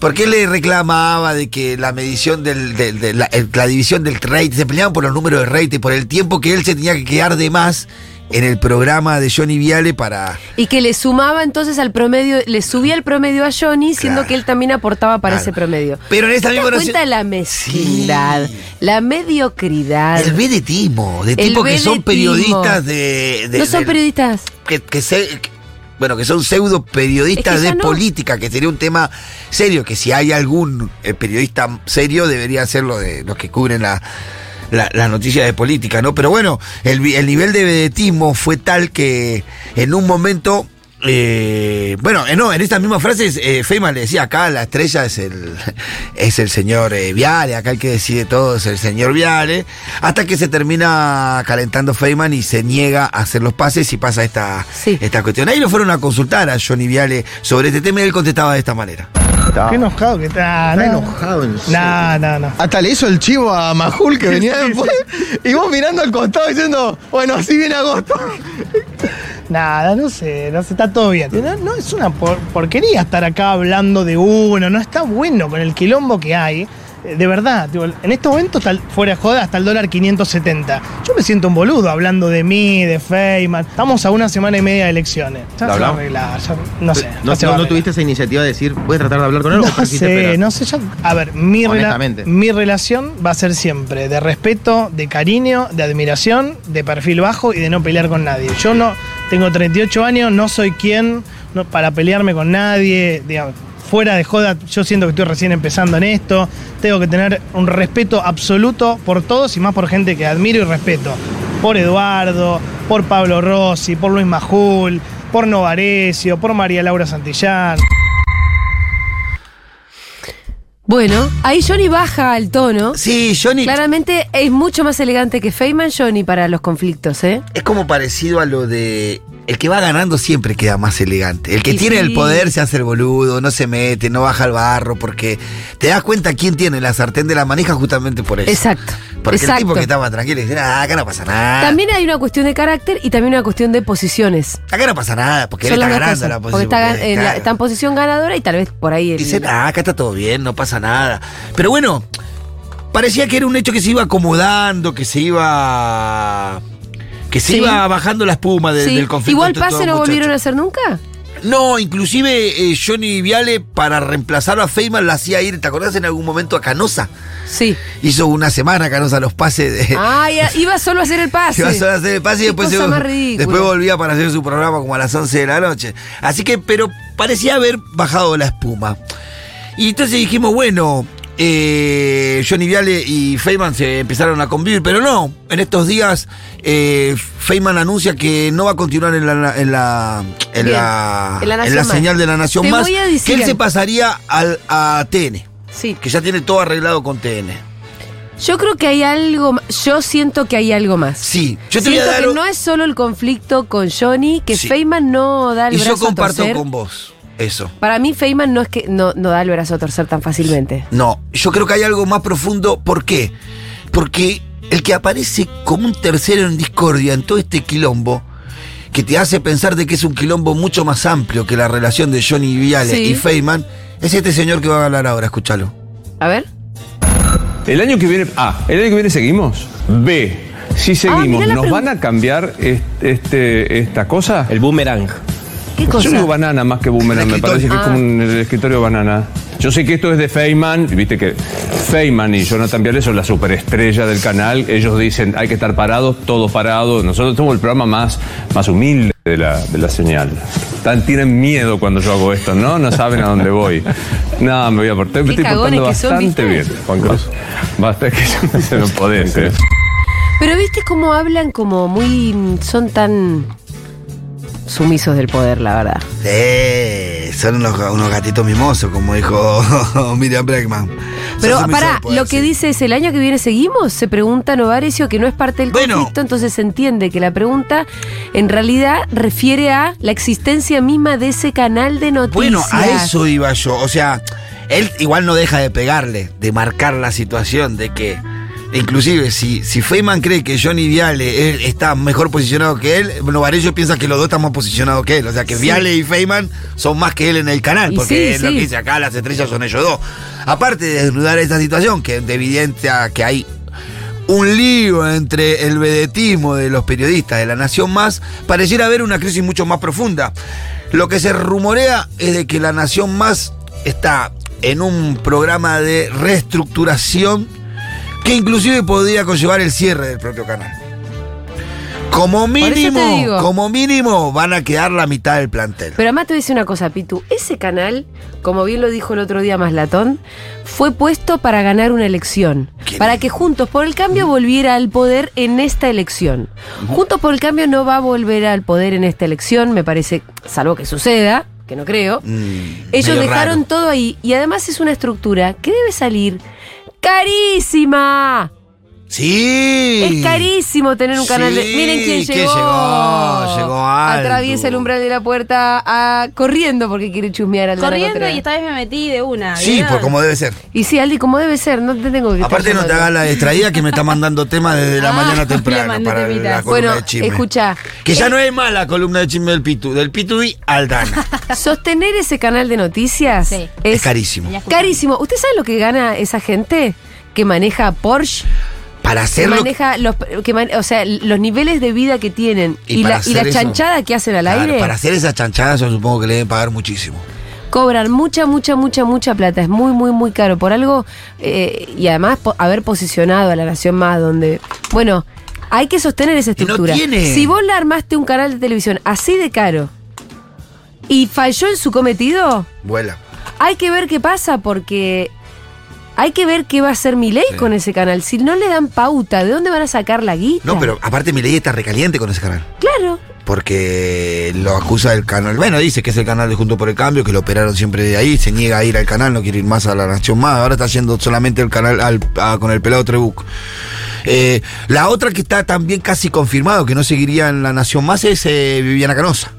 Speaker 2: Porque él le reclamaba de que la medición del, del- de la, el- la división del rate, se peleaban por los números de rate y por el tiempo que él se tenía que quedar de más en el programa de Johnny Viale para.
Speaker 1: Y que le sumaba entonces al promedio, le subía el promedio a Johnny, siendo
Speaker 2: Claro.
Speaker 1: que él también aportaba para
Speaker 2: Claro.
Speaker 1: ese promedio.
Speaker 2: Pero en esta
Speaker 1: ¿Te das
Speaker 2: misma noción-
Speaker 1: cuenta de la mezquindad,
Speaker 2: Sí.
Speaker 1: la mediocridad.
Speaker 2: El vedetismo, de
Speaker 1: El
Speaker 2: tipo que son
Speaker 1: vedetismo.
Speaker 2: periodistas de. de-
Speaker 1: no son
Speaker 2: de-
Speaker 1: periodistas.
Speaker 2: que, que se- que- bueno, que son pseudo periodistas
Speaker 1: Es que ya
Speaker 2: de
Speaker 1: no.
Speaker 2: política, que sería un tema serio, que si hay algún eh, periodista serio debería ser lo de los que cubren la, la- las noticias de política, ¿no? Pero bueno, el, vi- el nivel de vedetismo fue tal que en un momento... eh, bueno, eh, no, en estas mismas frases eh, Feynman le decía, acá la estrella es el, es el señor eh, Viale, acá el que decide todo es el señor Viale, hasta que se termina calentando Feynman y se niega a hacer los pases y pasa esta,
Speaker 1: Sí.
Speaker 2: esta cuestión. Ahí lo fueron a consultar a Johnny Viale sobre este tema y él contestaba de esta manera.
Speaker 9: Qué enojado que está. Está
Speaker 8: enojado, en serio.
Speaker 9: No, no, no.
Speaker 8: Hasta le hizo el chivo a Majul que venía después. Y vos mirando al costado diciendo, bueno, así viene agosto.
Speaker 9: Nada, no sé, no sé, está todo bien. No, no, es una por- porquería estar acá hablando de uno, no está bueno con el quilombo que hay. Eh, De verdad, digo, en estos momentos, tal, fuera de joda, hasta el dólar 570. Yo me siento un boludo hablando de mí, de Feynman. Estamos a una semana y media de elecciones.
Speaker 10: ¿Lo
Speaker 9: Ya se va a
Speaker 10: hablamos?
Speaker 9: arreglar, ya- no sé.
Speaker 10: ¿No,
Speaker 9: ya se
Speaker 10: no-
Speaker 9: va a
Speaker 10: no
Speaker 9: arreglar.
Speaker 10: tuviste esa iniciativa de decir, voy a tratar de hablar con él? o
Speaker 9: No
Speaker 10: preferiste
Speaker 9: sé,
Speaker 10: esperar?
Speaker 9: no sé. ya- a ver, mi, rela-
Speaker 10: Honestamente.
Speaker 9: mi relación va a ser siempre de respeto, de cariño, de admiración, de perfil bajo y de no pelear con nadie. Yo no tengo 38 años, no soy quien no, para pelearme con nadie. digamos, fuera de joda, yo siento que estoy recién empezando en esto. Tengo que tener un respeto absoluto por todos y más por gente que admiro y respeto. Por Eduardo, por Pablo Rossi, por Luis Majul. por Novarecio, por María Laura Santillán.
Speaker 1: Bueno, ahí Johnny baja el tono.
Speaker 2: Sí, Johnny
Speaker 1: Claramente es mucho más elegante que Feynman Johnny para los conflictos, ¿eh?
Speaker 2: es como parecido a lo de. El que va ganando siempre queda más elegante. El que
Speaker 1: Y
Speaker 2: tiene el
Speaker 1: sí.
Speaker 2: poder se hace el boludo, no se mete, no baja al barro, porque te das cuenta quién tiene la sartén de la manija justamente por eso.
Speaker 1: Exacto.
Speaker 2: Porque
Speaker 1: exacto.
Speaker 2: el tipo que está más tranquilo dice, ah, acá no pasa nada.
Speaker 1: También hay una cuestión de carácter y también una cuestión de posiciones.
Speaker 2: Acá no pasa nada, porque él
Speaker 1: Son
Speaker 2: está
Speaker 1: las dos
Speaker 2: ganando
Speaker 1: cosas,
Speaker 2: la
Speaker 1: Porque
Speaker 2: posición.
Speaker 1: está, gan- en la-
Speaker 2: Claro.
Speaker 1: está en posición ganadora y tal vez por ahí. el-
Speaker 2: Dicen, ah, acá está todo bien, no pasa nada. Pero bueno, parecía que era un hecho que se iba acomodando, que se iba. que se
Speaker 1: Sí.
Speaker 2: iba bajando la espuma de-
Speaker 1: Sí.
Speaker 2: del conflicto.
Speaker 1: Igual
Speaker 2: entre
Speaker 1: pase
Speaker 2: todos
Speaker 1: no
Speaker 2: los
Speaker 1: volvieron a
Speaker 2: muchachos.
Speaker 1: hacer nunca.
Speaker 2: No, inclusive eh, Johnny Viale, para reemplazar a Feynman, la hacía ir, ¿te acordás en algún momento a Canosa?
Speaker 1: Sí.
Speaker 2: Hizo una semana Canosa los pases de.
Speaker 1: Ah, ya- iba solo a hacer el pase.
Speaker 2: Se va a hacer el pase y
Speaker 1: Ah, Qué
Speaker 2: después, se-
Speaker 1: cosa más ridícula.
Speaker 2: después volvía para hacer su programa como a las 11 de la noche. Así que, pero parecía haber bajado la espuma. Y entonces dijimos, bueno, eh, Johnny Viale y Feynman se empezaron a convivir, pero no. En estos días, eh, Feynman anuncia que no va a continuar en la, en la, en
Speaker 1: Bien.
Speaker 2: la,
Speaker 1: En la
Speaker 2: en
Speaker 1: Nación
Speaker 2: la
Speaker 1: más.
Speaker 2: señal de la Nación
Speaker 1: Te
Speaker 2: Más,
Speaker 1: voy a decir
Speaker 2: que él se
Speaker 1: algo.
Speaker 2: pasaría al, a TN,
Speaker 1: Sí.
Speaker 2: que ya tiene todo arreglado con TN.
Speaker 1: Yo creo que hay algo. ma- Yo siento que hay algo más.
Speaker 2: Sí, yo te voy a
Speaker 1: siento
Speaker 2: dar
Speaker 1: que
Speaker 2: un-
Speaker 1: no es solo el conflicto con Johnny, que
Speaker 2: Sí.
Speaker 1: Feynman no da el
Speaker 2: Y
Speaker 1: brazo
Speaker 2: yo
Speaker 1: a
Speaker 2: comparto
Speaker 1: torcer.
Speaker 2: con vos eso.
Speaker 1: Para mí, Feynman no es que no, no da el brazo a torcer tan fácilmente.
Speaker 2: No, yo creo que hay algo más profundo. ¿Por qué? Porque el que aparece como un tercero en discordia en todo este quilombo, que te hace pensar de que es un quilombo mucho más amplio que la relación de Johnny Viale
Speaker 1: Sí.
Speaker 2: y Feynman, es este señor que va a hablar ahora, escúchalo.
Speaker 1: A ver.
Speaker 11: El año que viene, ah, A, el año que viene seguimos. B, si seguimos,
Speaker 1: Ah, mirá la
Speaker 11: ¿nos
Speaker 1: pregunta.
Speaker 11: van a cambiar es- este, esta cosa?
Speaker 10: El boomerang.
Speaker 1: ¿Qué cosa? Ah.
Speaker 11: Yo digo banana más que boomerang,
Speaker 2: El
Speaker 11: me parece que es como
Speaker 1: escritorio.
Speaker 11: un el escritorio banana. Yo sé que esto es de Feynman, y viste que Feynman y Jonathan Viale son la superestrella del canal. Ellos dicen hay que estar parados, todos parados. Nosotros somos el programa más, más humilde de la, de la señal. Tan, tienen miedo cuando yo hago esto, ¿no? No saben a dónde voy. No, me voy a portar. Me
Speaker 1: Qué
Speaker 11: estoy portando
Speaker 1: cagones que son,
Speaker 11: bastante bien,
Speaker 1: ¿viste?
Speaker 11: Juan Cruz. Basta que yo se no podés, ¿eh?
Speaker 1: Pero viste cómo hablan como muy. mm, son tan sumisos del poder, la verdad.
Speaker 2: Eh, son unos, unos gatitos mimosos, como dijo Miriam Blackman.
Speaker 1: Pero
Speaker 2: Son sumisos
Speaker 1: pará,
Speaker 2: al poder,
Speaker 1: lo
Speaker 2: sí.
Speaker 1: que dice es el año que viene seguimos, se pregunta Novarecio, que no es parte del
Speaker 2: Bueno.
Speaker 1: conflicto, entonces se entiende que la pregunta en realidad refiere a la existencia misma de ese canal de noticias.
Speaker 2: Bueno, a eso iba yo. O sea, él igual no deja de pegarle, de marcar la situación, de que. Inclusive, si, si Feynman cree que Johnny Viale eh, está mejor posicionado que él, Novarello piensa que los dos están más posicionados que él. O sea, que Viale y Feynman son más que él en el canal,
Speaker 1: Y
Speaker 2: porque
Speaker 1: sí,
Speaker 2: es lo
Speaker 1: sí.
Speaker 2: que dice acá, las estrellas son ellos dos. Aparte de desnudar esa situación, que es evidente a que hay un lío entre el vedetismo de los periodistas de la Nación Más, pareciera haber una crisis mucho más profunda. Lo que se rumorea es de que la Nación Más está en un programa de reestructuración que inclusive podría conllevar el cierre del propio canal. Como
Speaker 1: eso te
Speaker 2: mínimo,
Speaker 1: digo.
Speaker 2: como mínimo van a quedar la mitad del plantel.
Speaker 1: Pero además te voy a decir una cosa, Pitu. Ese canal, como bien lo dijo el otro día Maslatón, fue puesto para ganar una elección.
Speaker 2: ¿Quién?
Speaker 1: Para que Juntos por el Cambio volviera al poder en esta elección. Juntos por el Cambio no va a volver al poder en esta elección, me parece, salvo que suceda, que no creo.
Speaker 2: Mm,
Speaker 1: Ellos
Speaker 2: medio
Speaker 1: dejaron
Speaker 2: raro.
Speaker 1: todo ahí y además es una estructura que debe salir carísima.
Speaker 2: Sí.
Speaker 1: Es carísimo tener un canal de.
Speaker 2: Sí,
Speaker 1: Miren quién
Speaker 2: que
Speaker 1: llegó.
Speaker 2: llegó, llegó Aldo.
Speaker 1: Atraviesa el umbral de la puerta ah, corriendo porque quiere chusmear al
Speaker 12: Corriendo y esta vez me metí de una.
Speaker 2: Sí,
Speaker 12: ¿vieron?
Speaker 2: pues como debe ser.
Speaker 1: Y sí, Aldi, como debe ser, no te tengo que. estar
Speaker 2: Aparte no te
Speaker 1: llamando.
Speaker 2: hagas la distraída que me está mandando temas desde la
Speaker 1: Ah,
Speaker 2: mañana
Speaker 1: le
Speaker 2: temprano
Speaker 12: mandé
Speaker 2: para la
Speaker 12: temitas.
Speaker 2: columna
Speaker 1: Bueno, Eh,
Speaker 2: de chisme.
Speaker 1: escucha.
Speaker 2: Que ya no es mala la columna de chisme del Pitu, del Pitu y Aldana.
Speaker 1: Sostener ese canal de noticias
Speaker 12: Sí.
Speaker 2: es,
Speaker 1: es,
Speaker 2: carísimo.
Speaker 12: Ya escuché.
Speaker 1: carísimo. ¿Usted sabe lo que gana esa gente que maneja Porsche?
Speaker 2: Para
Speaker 1: Que
Speaker 2: hacerlo...
Speaker 1: maneja los, que man- o sea, los niveles de vida que tienen
Speaker 2: Y
Speaker 1: y, la,
Speaker 2: para
Speaker 1: y la
Speaker 2: hacer eso-
Speaker 1: chanchada que hacen al
Speaker 2: Claro,
Speaker 1: aire.
Speaker 2: para hacer esas chanchadas yo supongo que le deben pagar muchísimo.
Speaker 1: Cobran mucha, mucha, mucha, mucha plata. Es muy, muy, muy caro. Por algo, eh, y además po- haber posicionado a la Nación Más donde... Bueno, hay que sostener esa
Speaker 2: Y no
Speaker 1: estructura.
Speaker 2: tiene.
Speaker 1: Si vos le armaste un canal de televisión así de caro y falló en su cometido,
Speaker 2: Vuela.
Speaker 1: hay que ver qué pasa porque... Hay que ver qué va a hacer Milei con ese canal. Si no le dan pauta, ¿de dónde van a sacar la guita?
Speaker 2: No, pero aparte mi ley está recaliente con ese canal.
Speaker 1: Claro,
Speaker 2: porque lo acusa del canal. Bueno, dice que es el canal de Junto por el Cambio, que lo operaron siempre de ahí, se niega a ir al canal, no quiere ir más a la Nación Más, ahora está haciendo solamente el canal al- a- con el pelado Trebuc. Eh, la otra que está también casi confirmado, que no seguiría en la Nación Más, es eh, Viviana Canosa.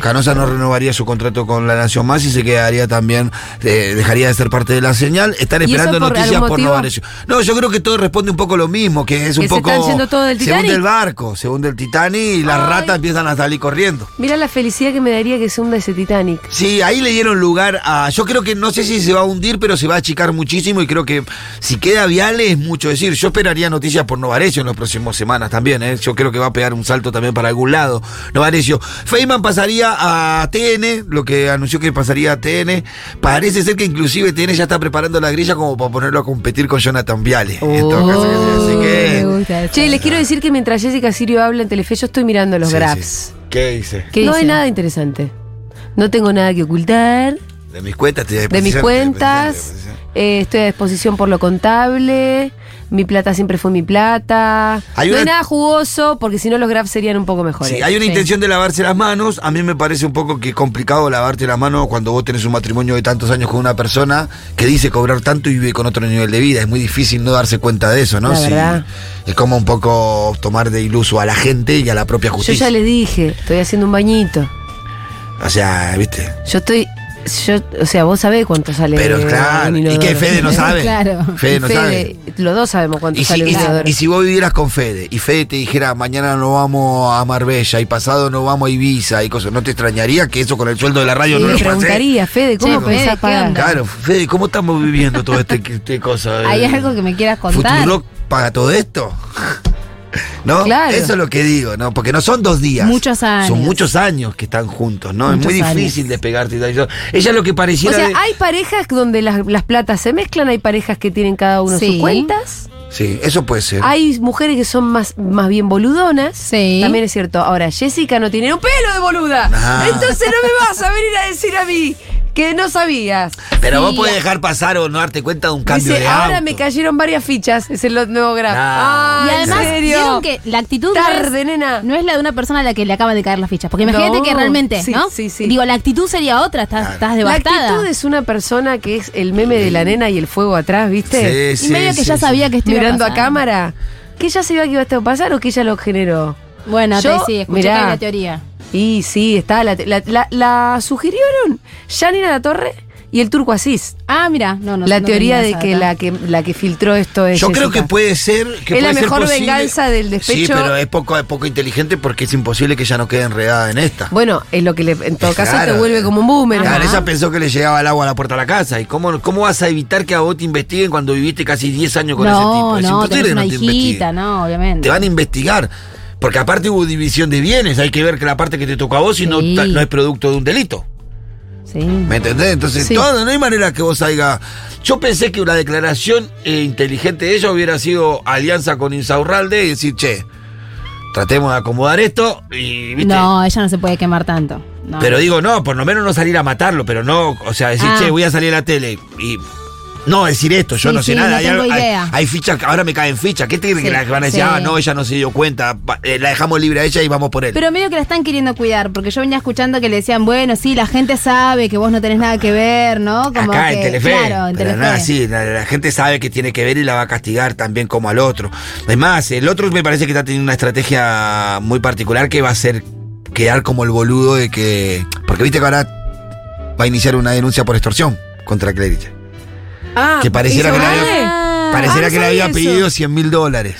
Speaker 2: Canosa no renovaría su contrato con la Nación Más y se quedaría también, eh, dejaría de ser parte de la señal. Están
Speaker 1: ¿Y eso
Speaker 2: esperando
Speaker 1: por
Speaker 2: noticias
Speaker 1: algún
Speaker 2: por
Speaker 1: motivo?
Speaker 2: no eso. No, yo creo que todo responde un poco lo mismo, que es un
Speaker 1: ¿Que se
Speaker 2: poco.
Speaker 1: están yendo todos del
Speaker 2: Se hunde
Speaker 1: Titanic?
Speaker 2: el barco, se hunde el Titanic y las ratas empiezan a salir corriendo.
Speaker 1: Mira la felicidad que me daría que se hunda ese Titanic.
Speaker 2: Sí, ahí le dieron lugar a. Yo creo que no sé si se va a hundir, pero se va a achicar muchísimo y creo que si queda Viale es mucho decir. Yo esperaría noticias por Novarecio en las próximas semanas también, ¿eh? Yo creo que va a pegar un salto también para algún lado. Novarecio. Feynman pasaría a TN, lo que anunció que pasaría a TN. Parece ser que inclusive TN ya está preparando la grilla como para ponerlo a competir con Jonathan Viale.
Speaker 1: Oh,
Speaker 2: En todo caso, así que-
Speaker 1: Che, les quiero decir que mientras Jessica Sirio habla en Telefe, yo estoy mirando los
Speaker 2: Sí,
Speaker 1: graphs.
Speaker 2: ¿Qué dice?
Speaker 1: No hay nada interesante. No tengo nada que ocultar.
Speaker 2: De mis cuentas te voy a
Speaker 1: De mis
Speaker 2: precisar, te voy a precisar, te voy a
Speaker 1: cuentas.
Speaker 2: precisar.
Speaker 1: eh, estoy a disposición por lo contable. Mi plata siempre fue mi plata.
Speaker 2: Hay
Speaker 1: no hay
Speaker 2: una-
Speaker 1: nada jugoso, porque si no los graphs serían un poco mejores.
Speaker 2: Sí, hay una
Speaker 1: Sí.
Speaker 2: intención de lavarse las manos. A mí me parece un poco que complicado lavarte las manos cuando vos tenés un matrimonio de tantos años con una persona que dice cobrar tanto y vive con otro nivel de vida. Es muy difícil no darse cuenta de eso, ¿no?
Speaker 1: La
Speaker 2: Sí.
Speaker 1: verdad.
Speaker 2: Es como un poco tomar de iluso a la gente y a la propia
Speaker 1: Yo
Speaker 2: justicia.
Speaker 1: ya les dije, estoy haciendo un bañito.
Speaker 2: O sea, ¿viste?
Speaker 1: Yo estoy. Yo, o sea, vos sabés cuánto sale.
Speaker 2: Pero claro,
Speaker 1: un
Speaker 2: ¿y
Speaker 1: inodoro.
Speaker 2: qué, Fede no sabe?
Speaker 1: Claro.
Speaker 2: Fede no sabe.
Speaker 1: Los dos sabemos cuánto
Speaker 2: Y si,
Speaker 1: sale
Speaker 2: y
Speaker 1: un
Speaker 2: si-
Speaker 1: inodoro.
Speaker 2: y si vos vivieras con Fede y Fede te dijera mañana no vamos a Marbella y pasado no vamos a Ibiza y cosas, ¿no te extrañaría que eso con el sueldo de la radio
Speaker 1: Y
Speaker 2: no
Speaker 1: le
Speaker 2: lo pasé?
Speaker 1: preguntaría, Fede, ¿cómo
Speaker 2: Che,
Speaker 1: pensás
Speaker 2: Fede, ¿qué
Speaker 1: pagar?
Speaker 2: onda? Claro, Fede, ¿cómo estamos viviendo todo este, este cosa?
Speaker 12: ¿Hay
Speaker 2: Eh,
Speaker 12: algo que me quieras contar?
Speaker 2: ¿Futurock paga todo esto? ¿No?
Speaker 12: Claro.
Speaker 2: Eso es lo que digo, ¿no? Porque no son dos días.
Speaker 12: Muchos años.
Speaker 2: Son muchos años que están juntos, ¿no?
Speaker 1: Muchos
Speaker 2: es muy
Speaker 1: años.
Speaker 2: difícil despegarte. y todo eso. Ella lo que
Speaker 1: O
Speaker 2: pareciera...
Speaker 1: sea,
Speaker 2: de-
Speaker 1: hay parejas donde las, las platas se mezclan, hay parejas que tienen cada uno
Speaker 12: Sí.
Speaker 1: sus cuentas,
Speaker 2: Sí, eso puede ser.
Speaker 1: hay mujeres que son más, más bien boludonas. También es cierto. Ahora, Jessica no tiene un pelo de boluda.
Speaker 2: Nah.
Speaker 1: Entonces no me vas a venir a decir a mí que no sabías.
Speaker 2: Pero vos
Speaker 1: Sí.
Speaker 2: podés dejar pasar o no darte cuenta de un cambio
Speaker 1: Dice,
Speaker 2: de
Speaker 1: ahora
Speaker 2: auto.
Speaker 1: me cayeron varias fichas. Es el lo- nuevo graf.
Speaker 2: Nah.
Speaker 1: Ah,
Speaker 12: y además,
Speaker 1: ¿en serio?
Speaker 12: vieron que la actitud no,
Speaker 1: Tarde,
Speaker 12: es, no es la de una persona a la que le acaba de caer las fichas. Porque
Speaker 1: No.
Speaker 12: imagínate que realmente,
Speaker 1: Sí,
Speaker 12: ¿no?
Speaker 1: sí, sí.
Speaker 12: Digo, la actitud sería otra, estás, estás
Speaker 1: La
Speaker 12: Ah, devastada.
Speaker 1: actitud es una persona que es el meme de la nena y el fuego atrás, ¿viste?
Speaker 12: Sí, Y medio sí, que ya sí, sabía sí. que esto iba a
Speaker 1: Mirando a
Speaker 12: pasar.
Speaker 1: cámara. ¿Que ya sabía que iba a pasar o que ella lo generó?
Speaker 12: Bueno,
Speaker 1: Yo,
Speaker 12: te- sí, escuché
Speaker 1: mirá.
Speaker 12: que hay una teoría.
Speaker 1: Y sí, está. La, la, la- la sugirieron Janina La Torre y el Turco Asís.
Speaker 12: Ah, mira, no, no
Speaker 1: la
Speaker 12: no
Speaker 1: teoría
Speaker 12: tenía
Speaker 1: de
Speaker 12: esa
Speaker 1: que
Speaker 12: data.
Speaker 1: la, que la que filtró esto es.
Speaker 2: Yo creo que
Speaker 1: Jessica.
Speaker 2: puede ser. Que
Speaker 1: Es la
Speaker 2: puede ser
Speaker 1: mejor
Speaker 2: posible.
Speaker 1: venganza del
Speaker 2: Sí,
Speaker 1: despecho.
Speaker 2: pero es poco, es poco inteligente porque es imposible que ella no quede enredada en esta.
Speaker 1: Bueno, es lo que le- en todo caso
Speaker 2: Claro.
Speaker 1: te vuelve como un boomerang.
Speaker 2: Claro, ella pensó que le llegaba el agua a la puerta de la casa. ¿Y cómo, cómo vas a evitar que a vos te investiguen cuando viviste casi 10 años con ese tipo?
Speaker 12: No,
Speaker 2: Es
Speaker 12: no,
Speaker 2: imposible
Speaker 12: tenés
Speaker 2: que no
Speaker 12: una
Speaker 2: te investiguen.
Speaker 12: hijita, no, obviamente.
Speaker 2: Te van a investigar. Porque aparte hubo división de bienes. Hay que ver que la parte que te tocó a vos si no,
Speaker 12: Sí.
Speaker 2: ta- no es producto de un delito.
Speaker 12: Sí.
Speaker 2: ¿Me entendés? Entonces,
Speaker 12: Sí.
Speaker 2: todo, no hay manera que vos salga. Yo pensé que una declaración eh, inteligente de ella hubiera sido alianza con Insaurralde y decir, che, tratemos de acomodar esto y, ¿viste?
Speaker 12: No, ella no se puede quemar tanto. No.
Speaker 2: Pero digo, no, por lo menos no salir a matarlo, pero no, o sea, decir,
Speaker 12: Ah.
Speaker 2: che, voy a salir a la tele y. No, decir esto, yo
Speaker 12: Sí,
Speaker 2: no sé
Speaker 12: sí,
Speaker 2: nada.
Speaker 12: no
Speaker 2: hay,
Speaker 12: tengo
Speaker 2: algo- hay-
Speaker 12: idea.
Speaker 2: hay fichas, que ahora me caen fichas. ¿Qué te
Speaker 12: Sí,
Speaker 2: que la- que van a decir?
Speaker 12: sí.
Speaker 2: Ah, no, ella no se dio cuenta. va- eh, la dejamos libre a ella y vamos por él.
Speaker 12: Pero medio que la están queriendo cuidar, porque yo venía escuchando que le decían, bueno, sí, la gente sabe que vos no tenés nada que ver, ¿no? Como
Speaker 2: Acá
Speaker 12: que,
Speaker 2: en Telefe.
Speaker 12: Claro, en
Speaker 2: pero
Speaker 12: Telefe.
Speaker 2: nada, sí, la, la gente sabe que tiene que ver y la va a castigar también como al otro. Además, el otro me parece que está teniendo una estrategia muy particular que va a ser quedar como el boludo de que. Porque viste que ahora va a iniciar una denuncia por extorsión contra Cleriche.
Speaker 1: Ah,
Speaker 2: que pareciera
Speaker 1: ¿hizo
Speaker 2: que la había-
Speaker 1: Vale?
Speaker 2: Pareciera
Speaker 1: ah,
Speaker 2: que le
Speaker 1: sabía
Speaker 2: había
Speaker 1: eso. Ah,
Speaker 2: pedido 100 mil dólares.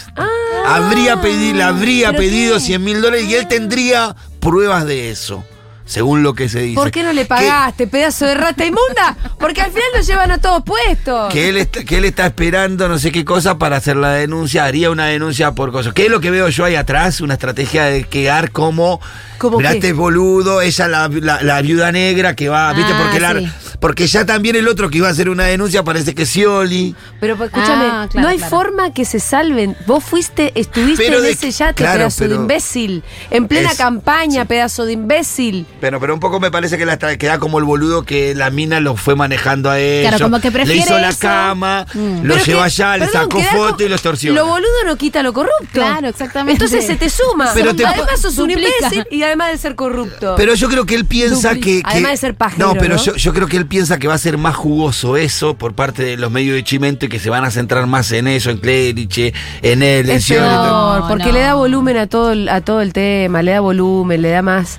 Speaker 2: habría pedido, le habría pedido 100 mil dólares y él tendría pruebas de eso, según lo que se dice.
Speaker 1: ¿Por qué no le pagaste, pedazo de rata inmunda? Porque al final lo llevan a todos puestos.
Speaker 2: que él, está, que él está esperando no sé qué cosa para hacer la denuncia, haría una denuncia por cosas. ¿Qué es lo que veo yo ahí atrás? Una estrategia de quedar como...
Speaker 1: ¿Cómo
Speaker 2: mirá
Speaker 1: qué?
Speaker 2: este boludo, ella la, la- la viuda negra que va, ¿viste?
Speaker 12: Ah,
Speaker 2: Porque, la,
Speaker 12: sí.
Speaker 2: porque ya también el otro que iba a hacer una denuncia parece que es Scioli.
Speaker 1: Pero pues, escúchame,
Speaker 2: Ah, claro,
Speaker 1: no hay
Speaker 2: claro.
Speaker 1: forma que se salven. Vos fuiste, estuviste
Speaker 2: Pero
Speaker 1: en
Speaker 2: de-
Speaker 1: ese yate,
Speaker 2: claro,
Speaker 1: pedazo de
Speaker 2: pero-
Speaker 1: imbécil. En plena
Speaker 2: Es-
Speaker 1: campaña, pedazo de imbécil.
Speaker 2: Pero, pero un poco me parece que la tra- queda como el boludo que la mina lo fue manejando a ellos.
Speaker 1: Claro, como que prefiere
Speaker 2: Le hizo la
Speaker 1: eso.
Speaker 2: cama,
Speaker 1: Mm.
Speaker 2: lo
Speaker 1: Pero es
Speaker 2: llevó
Speaker 1: que,
Speaker 2: allá, le
Speaker 1: perdón,
Speaker 2: sacó
Speaker 1: quedar
Speaker 2: foto
Speaker 1: con-
Speaker 2: y lo extorsionó.
Speaker 1: Lo boludo no quita lo corrupto.
Speaker 12: Claro, exactamente.
Speaker 1: Entonces se te suma.
Speaker 2: Pero te-
Speaker 1: además sos un
Speaker 12: Duplica.
Speaker 1: imbécil y además de ser corrupto.
Speaker 2: Pero yo creo que él piensa
Speaker 1: Dupli-
Speaker 2: que, que-
Speaker 1: Además de ser pajero.
Speaker 2: No, pero Yo, yo creo que él piensa que va a ser más jugoso eso por parte de los medios de Chimento y que se van a centrar más en eso, en Cleriche, en él, en
Speaker 1: Es
Speaker 2: Scioli.
Speaker 1: peor, porque le da volumen a todo, el- a todo el tema, le da volumen, le da más,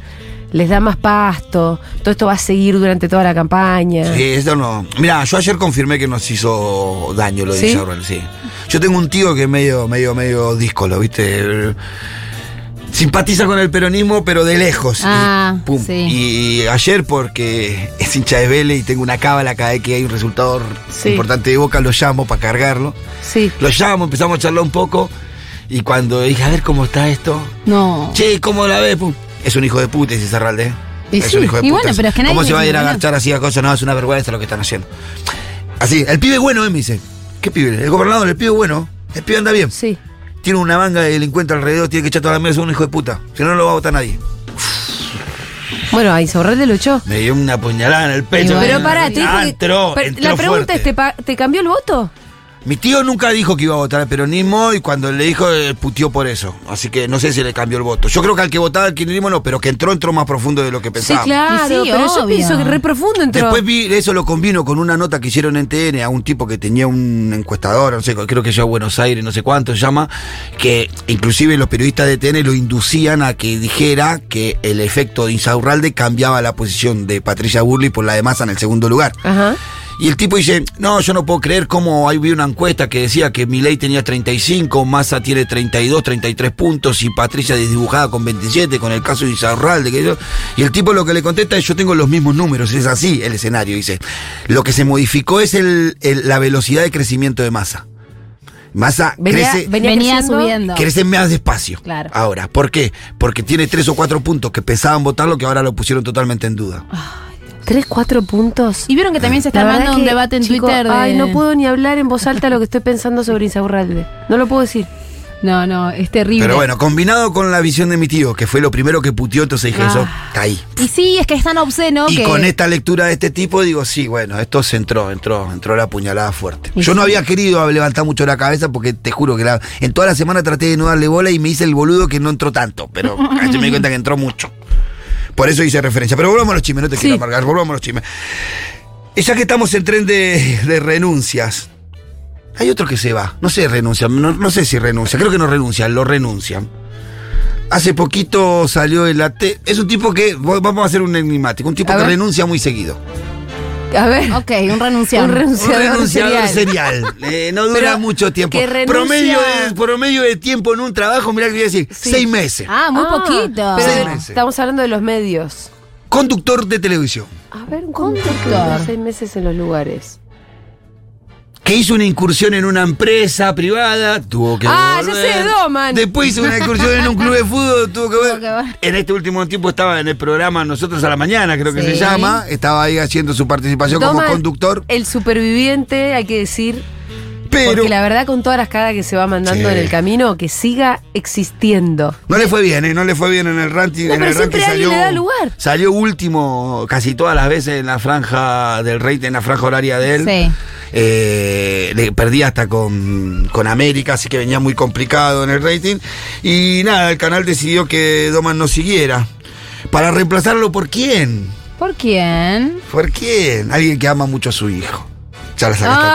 Speaker 1: les da más pasto. Todo esto va a seguir durante toda la campaña.
Speaker 2: Sí, esto no. Mira, yo ayer confirmé que nos hizo daño lo de
Speaker 1: ¿Sí?
Speaker 2: Villarroel, sí. Yo tengo un tío que es medio, medio, medio díscolo, ¿viste? Simpatiza con el peronismo, pero de lejos.
Speaker 12: Ah,
Speaker 2: y, pum.
Speaker 12: sí.
Speaker 2: Y ayer, porque es hincha de Vélez y tengo una cábala cada vez que hay un resultado importante de boca, lo llamo para cargarlo.
Speaker 1: Sí.
Speaker 2: Lo llamo, empezamos a charlar un poco. Y cuando dije, a ver cómo está esto.
Speaker 12: No.
Speaker 2: Che, ¿cómo la ves? Pum. Es un hijo de puta, dice Serralde. ¿eh?
Speaker 12: Y
Speaker 2: es
Speaker 12: sí,
Speaker 2: un hijo de
Speaker 12: y
Speaker 2: puta.
Speaker 12: bueno, pero es que nadie
Speaker 2: ¿Cómo se
Speaker 12: le
Speaker 2: va a ir a
Speaker 12: dice nada.
Speaker 2: agachar así a cosas? No, es una vergüenza lo que están haciendo. Así, el pibe bueno, ¿eh? me dice. ¿Qué pibe? El gobernador, el pibe bueno. El pibe anda bien.
Speaker 1: Sí.
Speaker 2: Tiene una manga de delincuente alrededor, tiene que echar toda la mesa, es un hijo de puta. Si no, no lo va a votar nadie.
Speaker 1: Bueno, ahí Sorrel luchó.
Speaker 2: Me dio una puñalada en el pecho.
Speaker 1: Pero pará, te dijo
Speaker 2: Ah,
Speaker 1: que-
Speaker 2: entró,
Speaker 1: pero
Speaker 2: entró
Speaker 1: La pregunta
Speaker 2: fuerte.
Speaker 1: es, ¿te, pa- te cambió el voto?
Speaker 2: Mi tío nunca dijo que iba a votar al peronismo y cuando le dijo, eh, puteó por eso. Así que no sé si le cambió el voto. Yo creo que al que votaba el kirchnerismo no, pero que entró, entró más profundo de lo que pensaba.
Speaker 1: Sí, claro,
Speaker 12: Y sí,
Speaker 1: pero yo
Speaker 12: obvio.
Speaker 1: pienso que re profundo entró.
Speaker 2: Después vi, eso lo combino con una nota que hicieron en TN a un tipo que tenía un encuestador, no sé, creo que yo a Buenos Aires, no sé cuánto se llama, que inclusive los periodistas de TN lo inducían a que dijera que el efecto de Insaurralde cambiaba la posición de Patricia Burley por la de Massa en el segundo lugar.
Speaker 1: Ajá.
Speaker 2: Y el tipo dice, no, yo no puedo creer cómo ahí vi una encuesta que decía que Milei tenía 35, Massa tiene 32, 33 puntos y Patricia desdibujada con 27, con el caso de Izarralde. Que yo- y el tipo lo que le contesta es, yo tengo los mismos números, es así el escenario, dice. Lo que se modificó es el- el- la velocidad de crecimiento de Massa. Massa
Speaker 1: Venía,
Speaker 2: crece...
Speaker 1: venía
Speaker 12: Venía
Speaker 1: creciendo.
Speaker 12: subiendo.
Speaker 2: Crece más despacio.
Speaker 12: Claro.
Speaker 2: Ahora, ¿por qué? Porque tiene tres o cuatro puntos que pensaban votarlo que ahora lo pusieron totalmente en duda.
Speaker 1: Tres, cuatro puntos.
Speaker 12: Y vieron que también se está
Speaker 1: La verdad
Speaker 12: armando un
Speaker 1: que,
Speaker 12: debate en
Speaker 1: chico,
Speaker 12: Twitter de...
Speaker 1: Ay, no puedo ni hablar en voz alta lo que estoy pensando sobre Insaurralde. No lo puedo decir.
Speaker 12: No, no, es terrible.
Speaker 2: Pero bueno, combinado con la visión de mi tío, que fue lo primero que puteó, entonces dije,
Speaker 12: Ah.
Speaker 2: eso está ahí.
Speaker 12: Y sí, es que es tan obsceno
Speaker 2: Y
Speaker 12: que...
Speaker 2: con esta lectura de este tipo digo, sí, bueno, esto se entró, entró, entró la puñalada fuerte.
Speaker 12: Y
Speaker 2: Yo no
Speaker 12: sí.
Speaker 2: había querido levantar mucho la cabeza porque te juro que la- en toda la semana traté de no darle bola y me hice el boludo que no entró tanto, pero ayer me di cuenta que entró mucho. Por eso hice referencia. Pero volvamos a los chismes, no te quiero amargar, volvamos a los chismes. Y ya que estamos en tren de, de renuncias, hay otro que se va. No sé, renuncia. No, no sé si renuncia. Creo que no renuncia, lo renuncian. Hace poquito salió el AT. Es un tipo que. Vamos a hacer un enigmático. Un tipo
Speaker 1: A
Speaker 2: que
Speaker 1: ver.
Speaker 2: renuncia muy seguido.
Speaker 1: A ver.
Speaker 12: Ok, un renunciado.
Speaker 1: Un
Speaker 2: Un
Speaker 1: renunciador,
Speaker 2: renunciador
Speaker 1: serial.
Speaker 2: serial. Eh, no dura
Speaker 1: Pero
Speaker 2: mucho tiempo.
Speaker 1: que renuncia-
Speaker 2: Promedio, de, promedio de tiempo en un trabajo, mirá que voy a decir, seis meses.
Speaker 12: Ah, muy
Speaker 1: Ah,
Speaker 12: poquito.
Speaker 1: Pero
Speaker 2: Seis
Speaker 1: de-
Speaker 2: meses.
Speaker 1: estamos hablando de los medios.
Speaker 2: Conductor de televisión.
Speaker 1: A ver, un conductor que dura seis meses en los lugares.
Speaker 2: Que hizo una incursión en una empresa privada, tuvo que
Speaker 1: Ah, ya
Speaker 2: volver.
Speaker 1: sé, Doman.
Speaker 2: Después hizo una incursión en un club de fútbol, tuvo que
Speaker 12: que
Speaker 2: ver.
Speaker 12: ver.
Speaker 2: En este último tiempo estaba en el programa Nosotros a la Mañana, creo que
Speaker 12: Sí.
Speaker 2: se llama. Estaba ahí haciendo su participación como
Speaker 1: Doman,
Speaker 2: conductor.
Speaker 1: El superviviente, hay que decir.
Speaker 2: Pero
Speaker 1: Porque la verdad, con todas las caras que se va mandando
Speaker 2: Sí.
Speaker 1: en el camino, que siga existiendo.
Speaker 2: no le fue bien, ¿eh? No le fue bien en el ranking.
Speaker 1: No,
Speaker 2: en
Speaker 1: pero
Speaker 2: el ranking
Speaker 1: siempre alguien
Speaker 2: salió,
Speaker 1: le da lugar.
Speaker 2: Salió último casi todas las veces en la franja del rey, en la franja horaria de él.
Speaker 12: Sí.
Speaker 2: Eh, le perdí hasta con, con América, así que venía muy complicado en el rating. Y nada, el canal decidió que Doman no siguiera. ¿Para reemplazarlo por quién?
Speaker 12: ¿Por quién?
Speaker 2: ¿Por quién? Alguien que ama mucho a su hijo. Ya la
Speaker 1: Ah.
Speaker 2: sacaste.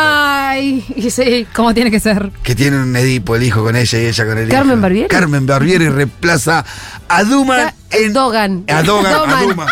Speaker 12: Ay, y sí, ¿cómo tiene que ser?
Speaker 2: Que tiene un Edipo, el hijo con ella y ella con el
Speaker 1: Carmen
Speaker 2: hijo.
Speaker 1: Barbieri.
Speaker 2: Carmen Barbieri reemplaza a Duman
Speaker 1: Ca-
Speaker 2: en.
Speaker 1: Dogan.
Speaker 2: A Dogan, a
Speaker 1: Doman.
Speaker 2: Duman.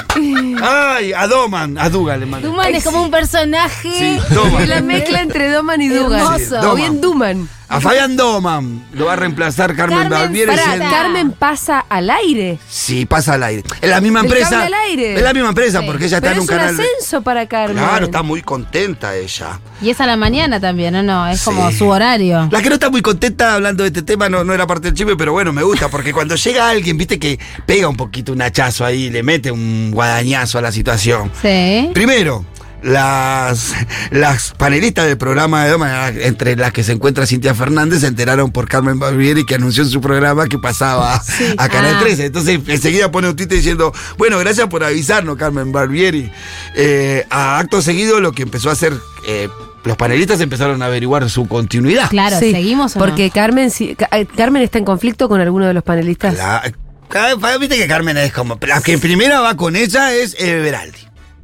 Speaker 2: Ay, a Doman, a Dugan le mandé.
Speaker 12: Duman es como un personaje.
Speaker 2: Sí,
Speaker 1: Es la
Speaker 2: Doman.
Speaker 1: mezcla entre Doman y Dugan.
Speaker 12: Hermoso.
Speaker 1: O bien Duman.
Speaker 2: A Fabián Doman lo va a reemplazar Carmen,
Speaker 12: Carmen
Speaker 2: Barbieri.
Speaker 12: Pará,
Speaker 1: Para,
Speaker 2: siendo-
Speaker 1: Carmen pasa al aire.
Speaker 2: Sí, pasa al aire. Es la misma
Speaker 1: El
Speaker 2: empresa.
Speaker 1: cable al aire.
Speaker 2: Es la misma empresa porque ella está
Speaker 1: Pero
Speaker 2: en un
Speaker 1: es un
Speaker 2: canal. de-
Speaker 1: ascenso para Carmen.
Speaker 2: Claro, está muy contenta ella.
Speaker 12: Y es a la mañana también, ¿no? No, es como
Speaker 2: Sí.
Speaker 12: su horario.
Speaker 2: La que no está muy contenta hablando de este tema no, no era parte del chisme, pero bueno, me gusta, porque cuando llega alguien, viste que pega un poquito un hachazo ahí, le mete un guadañazo a la situación.
Speaker 12: Sí.
Speaker 2: Primero, las, las panelistas del programa de Doma, entre las que se encuentra Cintia Fernández, se enteraron por Carmen Barbieri que anunció en su programa que pasaba a Canal
Speaker 13: Ah.
Speaker 2: 13. Entonces enseguida pone un tuit diciendo, bueno, gracias por avisarnos, Carmen Barbieri. Eh, a acto seguido lo que empezó a hacer... eh, los panelistas empezaron a averiguar su continuidad.
Speaker 1: Sí, Porque Carmen, sí- Ca- eh, Carmen está en conflicto con alguno de los panelistas.
Speaker 2: La- Ca- Ca- Ah, Viste que Carmen es como. La que primera va con ella es eh, Beraldi.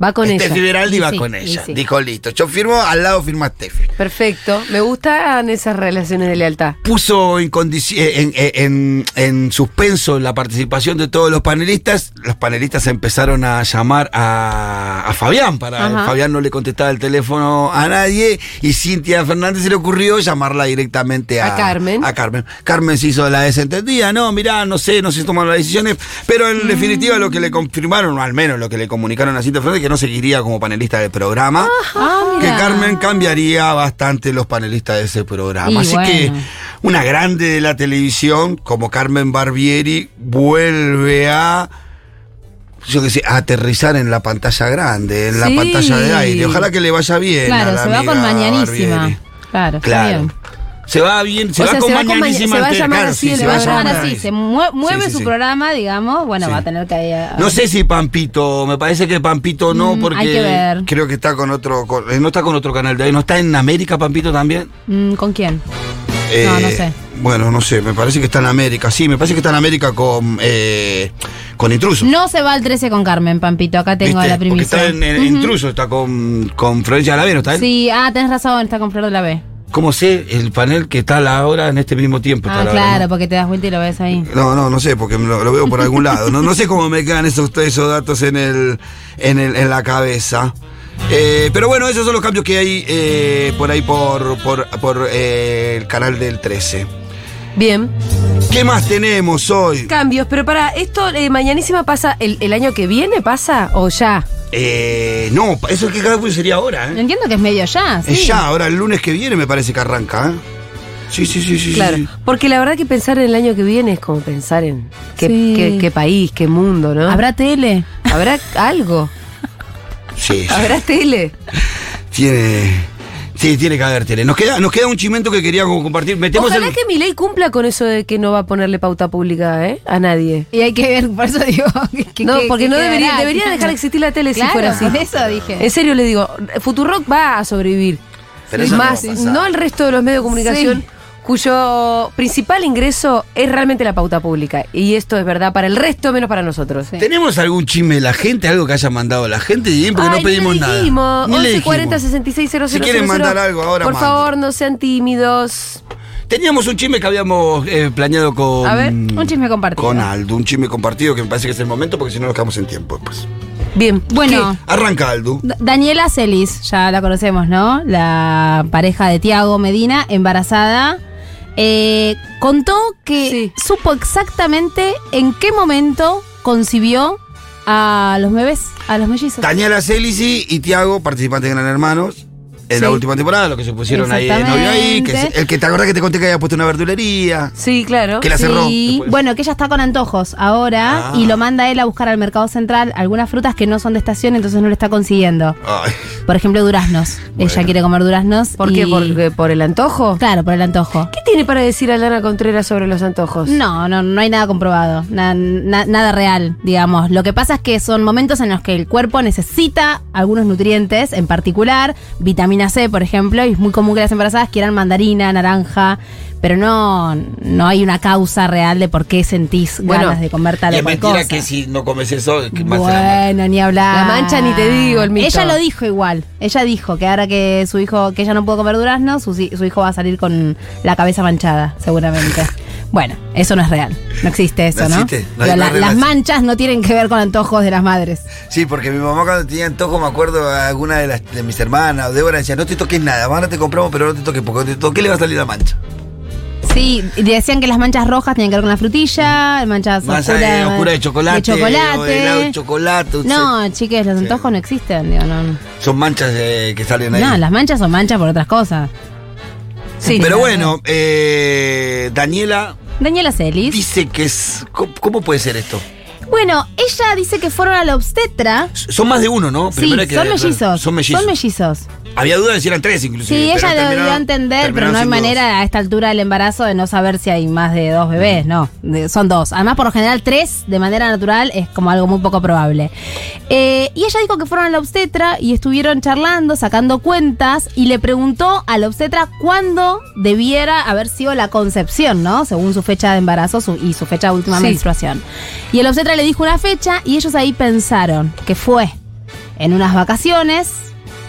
Speaker 1: Va con
Speaker 2: Steffi
Speaker 1: ella.
Speaker 2: Beraldi
Speaker 1: Y
Speaker 2: este va
Speaker 1: sí,
Speaker 2: con
Speaker 1: y
Speaker 2: ella.
Speaker 1: sí.
Speaker 2: Dijo, listo. Yo firmo, al lado firma Steffi.
Speaker 1: Perfecto. Me gustan esas relaciones de lealtad.
Speaker 2: Puso en, condici- eh, en, en- en- en suspenso la participación de todos los panelistas. Los panelistas empezaron a llamar a, a Fabián. para
Speaker 13: Ajá.
Speaker 2: Fabián no le contestaba el teléfono a nadie. Y Cintia Fernández se le ocurrió llamarla directamente a,
Speaker 1: A Carmen.
Speaker 2: A Carmen. Carmen se hizo la desentendida. No, mirá, no sé, no se tomaron las decisiones. Pero en definitiva, lo que le confirmaron, o al menos lo que le comunicaron a Cintia Fernández, es que no seguiría como panelista del programa. Que Carmen cambiaría bastante los panelistas de ese programa.
Speaker 13: Y
Speaker 2: Así que
Speaker 13: bueno.
Speaker 2: una grande de la televisión, como Carmen Barbieri, vuelve a. Yo qué sé, a aterrizar en la pantalla grande, en
Speaker 13: Sí.
Speaker 2: la pantalla de aire. Ojalá que le vaya bien. a
Speaker 13: Claro,
Speaker 2: la
Speaker 13: se va
Speaker 2: amiga
Speaker 13: con mañanísima.
Speaker 2: Barbieri.
Speaker 12: Claro, está
Speaker 2: Claro.
Speaker 12: bien.
Speaker 2: Se va bien, se
Speaker 12: O
Speaker 2: va
Speaker 12: sea,
Speaker 2: con
Speaker 12: se va con maña-
Speaker 2: mañanísima.
Speaker 12: se va a
Speaker 2: entera,
Speaker 12: llamar
Speaker 2: claro,
Speaker 12: así,
Speaker 2: sí,
Speaker 12: se
Speaker 2: se
Speaker 12: va a
Speaker 2: va
Speaker 12: llamar
Speaker 2: llamar
Speaker 12: así, se mue- mueve
Speaker 2: Sí, sí,
Speaker 12: su
Speaker 2: sí.
Speaker 12: programa, digamos, bueno, va a tener que ir a-
Speaker 2: No sé si Pampito, me parece que Pampito no,
Speaker 12: Mm,
Speaker 2: porque
Speaker 12: hay que ver.
Speaker 2: creo que está con otro, con- eh, no está con otro canal de ahí, no está en América Pampito también.
Speaker 12: Mm, ¿Con quién?
Speaker 2: Eh,
Speaker 12: no sé.
Speaker 2: Bueno, no sé, me parece que está en América, sí, me parece que está en América con, eh, con Intruso.
Speaker 12: No se va al 13 con Carmen, Pampito, acá tengo
Speaker 2: ¿viste?
Speaker 12: la
Speaker 2: Porque
Speaker 12: primicia.
Speaker 2: está en, en
Speaker 12: Ujú.
Speaker 2: Intruso, está con, con Florencia Alavés, ¿no está él?
Speaker 12: Sí, ah, tenés razón, está con Flor de la B.
Speaker 2: ¿Cómo sé el panel que está a la hora en este mismo tiempo? está
Speaker 12: ah,
Speaker 2: a la hora,
Speaker 12: claro, porque te das vuelta y lo ves ahí.
Speaker 2: No, no, no sé, porque lo, lo veo por algún lado. No, no sé cómo me quedan esos, esos datos en, el, en, el- en la cabeza. Eh, pero bueno, esos son los cambios que hay eh, por ahí por, por, por, eh, el canal del 13.
Speaker 1: Bien.
Speaker 2: ¿Qué más tenemos hoy?
Speaker 1: Cambios, pero para, ¿esto eh, mañanísima pasa el, el año que viene? ¿Pasa o ya?
Speaker 2: Eh, no, eso es que cada vez sería ahora, ¿eh?
Speaker 12: Entiendo que es medio ya, sí.
Speaker 2: Es ya, ahora el lunes que viene me parece que arranca, ¿eh? Sí, sí, sí, sí. sí,
Speaker 1: Claro,
Speaker 2: sí.
Speaker 1: porque la verdad que pensar en el año que viene es como pensar en qué,
Speaker 12: Sí.
Speaker 1: qué- qué país, qué mundo, ¿no?
Speaker 12: ¿Habrá tele?
Speaker 1: ¿Habrá algo?
Speaker 2: Sí, sí.
Speaker 1: ¿Habrá tele?
Speaker 2: Tiene. Sí, tiene que haber tele. Nos queda, nos queda un chimento que quería como compartir. Metemos
Speaker 1: Ojalá
Speaker 2: el-
Speaker 1: que mi ley cumpla con eso de que no va a ponerle pauta pública ¿eh? a nadie.
Speaker 12: Y hay que ver, por eso digo. que-
Speaker 1: no,
Speaker 12: que-
Speaker 1: porque
Speaker 12: que
Speaker 1: no debería,
Speaker 12: quedará.
Speaker 1: debería dejar de existir la tele
Speaker 12: Claro,
Speaker 1: si fuera así.
Speaker 12: por eso dije.
Speaker 1: En serio le digo, Futurock va a sobrevivir.
Speaker 2: Pero eso no
Speaker 1: Más,
Speaker 2: va a
Speaker 1: no,
Speaker 2: pasar.
Speaker 1: el resto de los medios de comunicación
Speaker 12: Sí.
Speaker 1: cuyo principal ingreso es realmente la pauta pública. Y esto es verdad para el resto, menos para nosotros.
Speaker 2: ¿Tenemos algún chisme de la gente? ¿Algo que haya mandado la gente? Didín, Porque
Speaker 1: Ay,
Speaker 2: no pedimos
Speaker 1: le
Speaker 2: nada.
Speaker 1: dijimos,
Speaker 2: Ni le
Speaker 1: 11
Speaker 2: dijimos.
Speaker 1: 40 66 00
Speaker 2: Si quieren mandar algo, ahora
Speaker 1: Por
Speaker 2: manden.
Speaker 1: favor, no sean tímidos.
Speaker 2: Teníamos un chisme que habíamos eh, planeado con.
Speaker 1: A ver, un chisme compartido.
Speaker 2: Con Aldo, un chisme compartido que me parece que es el momento porque si no nos quedamos en tiempo después.
Speaker 1: Bien.
Speaker 12: Bueno.
Speaker 2: Arranca Aldo.
Speaker 12: Da- Daniela Celis, ya la conocemos, ¿no? La pareja de Tiago Medina, embarazada, eh, contó que supo exactamente en qué momento concibió a los bebés, a los mellizos.
Speaker 2: Daniela Celici y Tiago, participantes de Gran Hermanos. En la última temporada, lo que se pusieron ahí de novio ahí. Que
Speaker 12: Exactamente.
Speaker 2: se- el que te acordás que te conté que había puesto una verdulería.
Speaker 1: Sí, claro.
Speaker 2: Que la cerró. después.
Speaker 12: Bueno, que ella está con antojos ahora
Speaker 2: Ah.
Speaker 12: y lo manda él a buscar al mercado central algunas frutas que no son de estación, entonces no lo está consiguiendo.
Speaker 2: Ay.
Speaker 12: Por ejemplo, duraznos. Ella quiere comer duraznos.
Speaker 1: ¿Por qué? ¿Por, el antojo?
Speaker 12: Claro, por el antojo.
Speaker 1: ¿Qué tiene para decir Alana Contreras sobre los antojos?
Speaker 12: No, no, no hay nada comprobado, na- na- nada real, digamos. Lo que pasa es que son momentos en los que el cuerpo necesita algunos nutrientes, en particular vitamina C, por ejemplo, y es muy común que las embarazadas quieran mandarina, naranja, pero no, no hay una causa real de por qué sentís
Speaker 1: Bueno,
Speaker 12: ganas de comer tal
Speaker 2: Y
Speaker 12: o
Speaker 2: es
Speaker 12: cual
Speaker 2: mentira
Speaker 12: cosa.
Speaker 2: que si no comes eso, que más te la-
Speaker 12: Bueno, ni hablar.
Speaker 1: La mancha ni te digo, el mito.
Speaker 12: Ella lo dijo igual. Ella dijo que ahora que su hijo, que ella no pudo comer durazno, su, si- su hijo va a salir con la cabeza manchada, seguramente. bueno, eso no es real. No existe eso,
Speaker 2: No
Speaker 12: ¿no?
Speaker 2: existe, no hay
Speaker 12: Pero
Speaker 2: una
Speaker 12: la- las
Speaker 2: relación.
Speaker 12: manchas no tienen que ver con antojos de las madres.
Speaker 2: Sí, porque mi mamá cuando tenía antojo, me acuerdo a alguna de, las, de mis hermanas o Débora decía, no te toques nada, ahora te compramos, pero no te toques, porque cuando te toques le va a salir la mancha.
Speaker 12: Sí, y decían que las manchas rojas tienen que ver con la frutilla, manchas
Speaker 2: Mancha
Speaker 12: oscuras.
Speaker 2: de, oscura de chocolate,
Speaker 12: de
Speaker 2: o de helado de
Speaker 12: chocolate.
Speaker 2: chocolate. o
Speaker 12: No, chiques, los antojos no existen. digo, no.
Speaker 2: sea, Son manchas eh, que salen ahí.
Speaker 12: no, las manchas son manchas por otras cosas.
Speaker 2: pero bueno, eh, Daniela
Speaker 12: Daniela Celis.
Speaker 2: dice que es... ¿Cómo, cómo puede ser esto?
Speaker 12: Bueno, ella dice que fueron a la obstetra.
Speaker 2: Son más de uno, ¿no?
Speaker 12: Sí,
Speaker 2: Primero hay que-
Speaker 12: son mellizos.
Speaker 2: Son mellizos.
Speaker 12: Son mellizos.
Speaker 2: Había dudas de si eran tres, inclusive.
Speaker 12: Sí,
Speaker 2: pero
Speaker 12: ella lo dio a
Speaker 2: terminaron-
Speaker 12: entender, pero
Speaker 2: terminaron
Speaker 12: no hay
Speaker 2: siendo dos.
Speaker 12: manera a esta altura del embarazo de no saber si hay más de dos bebés, no. de- son dos. Además, por lo general, tres de manera natural es como algo muy poco probable. Eh, y ella dijo que fueron a la obstetra y estuvieron charlando, sacando cuentas, y le preguntó a la obstetra cuándo debiera haber sido la concepción, ¿no? Según su fecha de embarazo su- y su fecha de última
Speaker 1: Sí.
Speaker 12: menstruación. Y el obstetra le dijo una fecha y ellos ahí pensaron que fue en unas vacaciones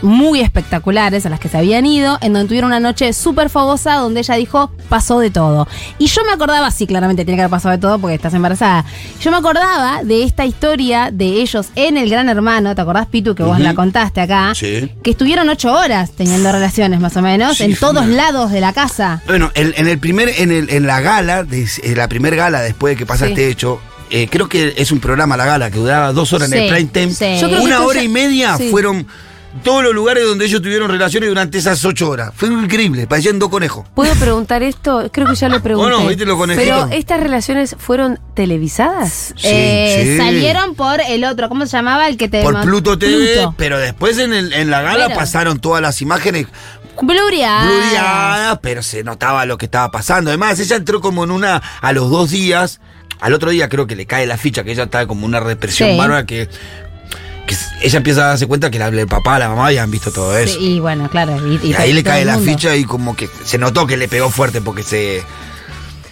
Speaker 12: muy espectaculares a las que se habían ido, en donde tuvieron una noche súper fogosa donde ella dijo, pasó de todo. Y yo me acordaba, sí, claramente tiene que haber pasado de todo porque estás embarazada. Yo me acordaba de esta historia de ellos en El Gran Hermano, ¿te acordás, Pitu, que vos
Speaker 13: Ujú.
Speaker 12: la contaste acá?
Speaker 2: Sí.
Speaker 12: Que estuvieron ocho horas teniendo relaciones, más o menos,
Speaker 2: Sí,
Speaker 12: en
Speaker 2: fue
Speaker 12: todos
Speaker 2: una-
Speaker 12: lados de la casa.
Speaker 2: Bueno, en, en el primer, en, el, en la gala, des- en la primer gala después de que pasa
Speaker 12: Sí.
Speaker 2: este hecho, eh, creo que es un programa la gala que duraba dos horas en
Speaker 12: Sí,
Speaker 2: el prime time.
Speaker 12: sí. Yo creo que
Speaker 2: Una
Speaker 12: esto
Speaker 2: hora
Speaker 12: ya-
Speaker 2: y media
Speaker 12: sí.
Speaker 2: fueron todos los lugares donde ellos tuvieron relaciones durante esas ocho horas. Fue increíble, parecían dos conejos.
Speaker 1: ¿Puedo preguntar esto? Creo que ya lo pregunté.
Speaker 2: Bueno, viste los conejitos.
Speaker 1: Pero estas relaciones fueron televisadas.
Speaker 2: Sí,
Speaker 12: Eh,
Speaker 2: sí.
Speaker 12: Salieron por el otro, ¿cómo se llamaba? El que te...
Speaker 2: Por
Speaker 12: Eh, ma-
Speaker 2: Pluto TV,
Speaker 12: Pluto.
Speaker 2: pero después en, el- en la gala
Speaker 12: Bueno.
Speaker 2: pasaron todas las imágenes
Speaker 12: Blureadas.
Speaker 2: blureadas, pero se notaba lo que estaba pasando. Además, ella entró como en una, a los dos días, al otro día creo que le cae la ficha, que ella estaba como una represión
Speaker 12: Sí.
Speaker 2: bárbara que, que s- ella empieza a darse cuenta que la, el papá, la mamá habían visto todo
Speaker 12: Sí,
Speaker 2: eso.
Speaker 12: y bueno, claro. Y, y
Speaker 2: Y ahí
Speaker 12: todo-
Speaker 2: le
Speaker 12: todo
Speaker 2: cae
Speaker 12: el
Speaker 2: la
Speaker 12: mundo.
Speaker 2: ficha y como que se notó que le pegó fuerte porque se...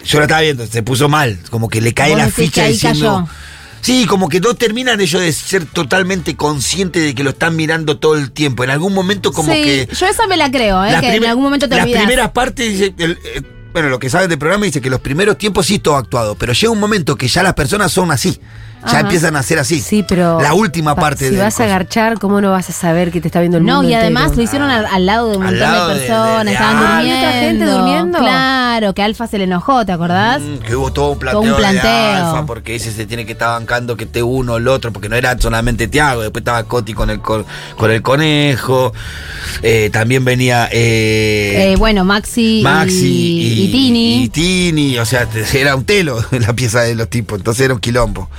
Speaker 2: Yo la estaba viendo, se puso mal, como que le cae
Speaker 12: Vos
Speaker 2: la
Speaker 12: decís que
Speaker 2: ficha
Speaker 12: ahí
Speaker 2: diciendo...
Speaker 12: cayó.
Speaker 2: Sí, como que no terminan ellos de ser totalmente conscientes de que lo están mirando todo el tiempo. En algún momento como
Speaker 12: sí,
Speaker 2: que...
Speaker 12: yo esa me la creo, ¿eh?
Speaker 2: Las
Speaker 12: que en
Speaker 2: prime-
Speaker 12: algún momento te
Speaker 2: Las
Speaker 12: olvidas.
Speaker 2: primeras partes, dice, el- eh, bueno, lo que saben del programa dice que los primeros tiempos sí todo actuado, pero llega un momento que ya las personas son así. Ya
Speaker 1: Ajá.
Speaker 2: empiezan a ser así.
Speaker 1: Sí, pero.
Speaker 2: La última
Speaker 1: pa-
Speaker 2: parte
Speaker 1: Si
Speaker 2: del
Speaker 1: vas a
Speaker 2: coso.
Speaker 1: agarchar, ¿cómo no vas a saber que te está viendo el
Speaker 12: No,
Speaker 1: mundo?
Speaker 12: y además lo
Speaker 1: entero?
Speaker 12: hicieron al, al lado de un
Speaker 2: Al
Speaker 12: montón
Speaker 2: lado
Speaker 12: de
Speaker 2: de- de-
Speaker 12: personas,
Speaker 2: de-
Speaker 12: estaban
Speaker 2: ah,
Speaker 12: durmiendo.
Speaker 1: ¿tanta gente durmiendo?
Speaker 12: Claro, que Alfa se le enojó, ¿te acordás?
Speaker 2: Mm, Que hubo todo un planteo,
Speaker 12: Todo un planteo.
Speaker 2: de Alfa, porque ese se tiene que estar bancando que esté uno o el otro, porque no era solamente Tiago, después estaba Coti con el, cor- con el conejo, eh, también venía eh,
Speaker 12: Eh, bueno, Maxi,
Speaker 2: Maxi
Speaker 12: y,
Speaker 2: y,
Speaker 12: y Tini.
Speaker 2: y Tini, o sea, te- era un telo la pieza de los tipos, entonces era un quilombo.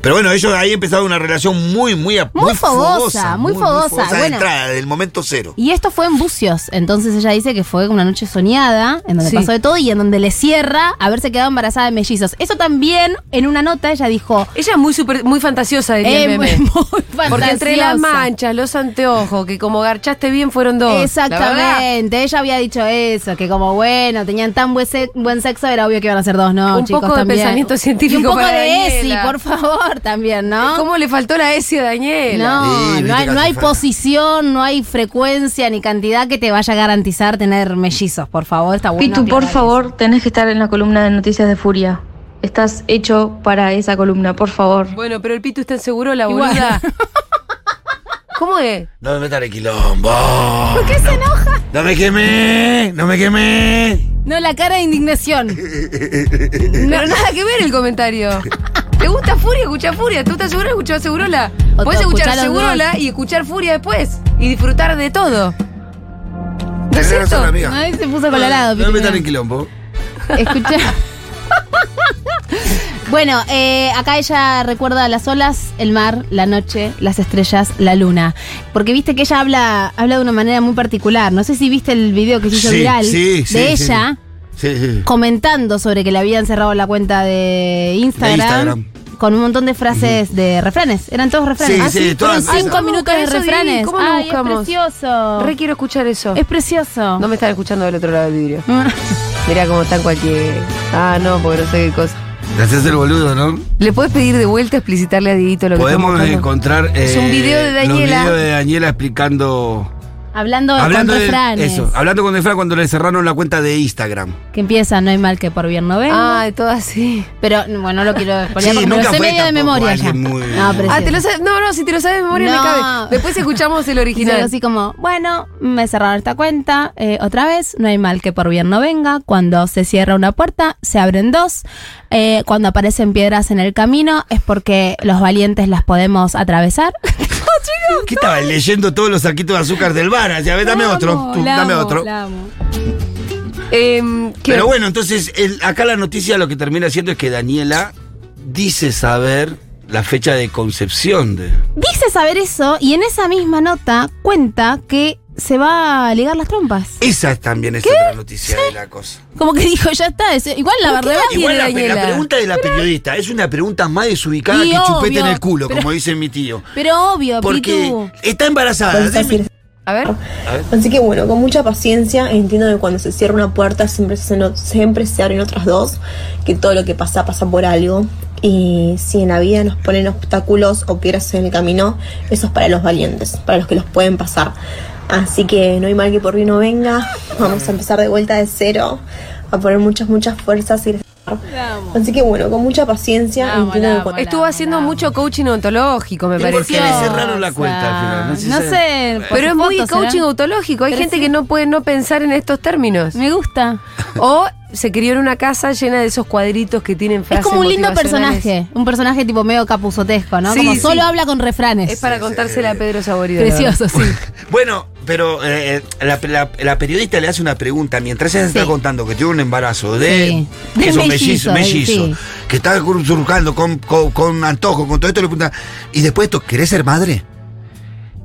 Speaker 2: Pero bueno, ellos ahí empezaron una relación muy, muy, a-
Speaker 12: Muy fogosa, muy fogosa,
Speaker 2: de
Speaker 12: bueno.
Speaker 2: entrada, del momento cero.
Speaker 12: Y esto fue en Bucios, entonces ella dice que fue una noche soñada, en donde
Speaker 1: Sí.
Speaker 12: pasó de todo y en donde le cierra haberse quedado embarazada de mellizos. Eso también, en una nota, ella dijo...
Speaker 1: Ella es muy, super, muy fantasiosa, diría
Speaker 12: Eh,
Speaker 1: el meme.
Speaker 12: muy- muy
Speaker 1: Porque entre las
Speaker 12: fantasiosa.
Speaker 1: manchas, los anteojos, que como garchaste bien fueron dos.
Speaker 12: Exactamente, ella había dicho eso, que como bueno, tenían tan buen se- buen sexo, era obvio que iban a ser dos, ¿no?
Speaker 1: Un
Speaker 12: chicos,
Speaker 1: poco de
Speaker 12: también.
Speaker 1: pensamiento científico
Speaker 12: Y un poco
Speaker 1: para
Speaker 12: de ESI,
Speaker 1: Daniela.
Speaker 12: por favor, también,
Speaker 1: La verdad,
Speaker 12: ¿no?
Speaker 1: ¿Cómo le faltó la S a Daniela?
Speaker 12: No,
Speaker 2: Sí,
Speaker 12: no hay,
Speaker 2: viste que
Speaker 12: no hay
Speaker 2: hace falta.
Speaker 12: posición, no hay frecuencia ni cantidad que te vaya a garantizar tener mellizos, por favor, está bueno.
Speaker 14: Pitu, por
Speaker 12: aclarar
Speaker 14: favor, tenés que estar en la columna de Noticias de Furia. Estás hecho para esa columna, por favor.
Speaker 1: Bueno, pero el Pitu está en seguro, la
Speaker 12: Igual.
Speaker 1: boluda. ¿Cómo es?
Speaker 2: No me metan el quilombo. ¿Por qué se enoja? No me quemé, no me quemé.
Speaker 12: eso. No, la cara de indignación.
Speaker 1: Pero nada que ver el comentario. ¿Te gusta Furia? Escucha Furia. ¿Te gusta Segurola? Escucha Segurola.
Speaker 12: O
Speaker 1: Puedes escuchar
Speaker 12: todo, escuchá los
Speaker 1: Segurola y escuchar Furia después. Y disfrutar de todo. ¿No es
Speaker 2: Tenés
Speaker 1: cierto?
Speaker 2: razón, amiga.
Speaker 12: Ay, se puso colorado.
Speaker 2: No me metan
Speaker 12: Pitu.
Speaker 2: el quilombo.
Speaker 12: Escuché. Bueno, eh, acá ella recuerda las olas, el mar, la noche, las estrellas, la luna. Porque viste que ella habla, habla de una manera muy particular. No sé si viste el video que se hizo
Speaker 2: Sí,
Speaker 12: viral
Speaker 2: sí,
Speaker 12: de
Speaker 2: sí,
Speaker 12: ella
Speaker 2: Sí, sí.
Speaker 12: comentando sobre que le habían cerrado la cuenta de Instagram.
Speaker 2: De Instagram.
Speaker 12: Con un montón de frases de refranes. Eran todos refranes.
Speaker 2: Sí, sí, todas
Speaker 12: Ah, fueron cinco
Speaker 1: esas.
Speaker 12: minutos de
Speaker 1: ¿Cómo busca eso,
Speaker 12: refranes.
Speaker 1: Didi? ¿Cómo lo
Speaker 12: Ay, es
Speaker 1: buscamos?
Speaker 12: precioso.
Speaker 1: Re quiero escuchar eso.
Speaker 12: Oh. Es precioso.
Speaker 1: No me están escuchando del otro lado del vidrio. Mirá cómo están cualquier. Ah, no, porque no sé qué cosa.
Speaker 2: Gracias el boludo, ¿no?
Speaker 1: ¿Le puedes pedir de vuelta explicitarle a Didito lo que
Speaker 2: Podemos
Speaker 1: estamos buscando?
Speaker 2: encontrar eh,
Speaker 1: Es un video de
Speaker 2: los
Speaker 1: Daniela.
Speaker 2: videos de Daniela explicando
Speaker 12: Hablando,
Speaker 2: hablando
Speaker 12: con
Speaker 2: de-
Speaker 12: refranes.
Speaker 2: eso, hablando con Efra cuando le cerraron la cuenta de Instagram.
Speaker 12: Que empieza, no hay mal que por bien no venga.
Speaker 1: Ah, de todo así.
Speaker 12: Pero bueno, no lo quiero
Speaker 2: Sí,
Speaker 12: exponer porque me lo
Speaker 2: nunca
Speaker 12: sé
Speaker 2: fue
Speaker 12: medio de
Speaker 2: tampoco
Speaker 12: memoria ya.
Speaker 2: alguien muy-
Speaker 12: No, pero
Speaker 1: Ah,
Speaker 12: sí.
Speaker 1: te lo sabes. No, no, si te lo sabes de memoria
Speaker 12: No.
Speaker 1: me cabe. Después escuchamos el
Speaker 12: Dice algo
Speaker 1: original.
Speaker 12: así como, bueno, me cerraron esta cuenta, eh, otra vez, no hay mal que por bien no venga, cuando se cierra una puerta, se abren dos, Eh, cuando aparecen piedras en el camino, es porque los valientes las podemos atravesar.
Speaker 2: ¿Qué estaba leyendo todos los saquitos de azúcar del bar? O sea, a ver, dame
Speaker 12: La amo,
Speaker 2: otro, tú,
Speaker 12: la
Speaker 2: dame
Speaker 12: amo,
Speaker 2: otro.
Speaker 12: la amo.
Speaker 1: Em, ¿qué?
Speaker 2: Pero bueno, entonces el- acá la noticia lo que termina siendo es que Daniela dice saber la fecha de concepción de.
Speaker 12: Dice saber eso y en esa misma nota cuenta que se va a ligar las trompas.
Speaker 2: Esa es también es
Speaker 12: ¿Qué?
Speaker 2: otra noticia de la cosa.
Speaker 12: Como que dijo, ya está. es- igual la verdad
Speaker 2: Igual la,
Speaker 12: tiene
Speaker 2: la
Speaker 12: Daniela.
Speaker 2: pregunta de la periodista es una pregunta más desubicada
Speaker 12: Y
Speaker 2: que chupete en
Speaker 12: obvio,
Speaker 2: el culo,
Speaker 12: pero-
Speaker 2: como dice mi tío.
Speaker 12: Pero obvio,
Speaker 2: Porque
Speaker 12: Pitu.
Speaker 2: está embarazada. deme-
Speaker 12: A ver.
Speaker 2: A ver.
Speaker 13: Así que bueno, con mucha paciencia entiendo que cuando se cierra una puerta siempre se, no- siempre se abren otras dos, que todo lo que pasa pasa por algo. Y si en la vida nos ponen obstáculos o piedras en el camino, eso es para los valientes, para los que los pueden pasar. Así que no hay mal que por bien no venga, vamos a empezar de vuelta de cero, a poner muchas, muchas fuerzas y... Así que bueno, con mucha paciencia entiendo que cuando-
Speaker 1: Estuvo haciendo mucho coaching ontológico, me
Speaker 13: ¿Y por
Speaker 1: parece.
Speaker 13: qué le
Speaker 2: cerraron la cuenta al final? No sé si
Speaker 12: No
Speaker 2: se-
Speaker 12: sé. por
Speaker 1: Pero es muy
Speaker 12: fotos
Speaker 1: coaching
Speaker 12: será.
Speaker 1: autológico. Hay
Speaker 12: Pero
Speaker 1: gente
Speaker 12: sí.
Speaker 1: que no puede no pensar en estos términos.
Speaker 12: Me gusta.
Speaker 1: O se crió en una casa llena de esos cuadritos que tienen
Speaker 12: Es
Speaker 1: frases
Speaker 12: como un lindo
Speaker 1: motivacionales.
Speaker 12: personaje. Un personaje tipo medio capuzotesco, ¿no?
Speaker 1: Sí,
Speaker 12: como
Speaker 1: sí.
Speaker 12: solo habla con refranes.
Speaker 1: Es para contársela a Pedro Saborido.
Speaker 12: Precioso, sí.
Speaker 2: Bueno, pero eh, la, la- la periodista le hace una pregunta mientras ella está contando que tiene un embarazo de
Speaker 12: Sí.
Speaker 2: que
Speaker 12: De
Speaker 2: son
Speaker 12: mellizo,
Speaker 2: mellizos, mellizos,
Speaker 12: sí.
Speaker 2: que está surcando con, con, con antojo, con todo esto, le pregunta, y después esto, ¿querés ser madre?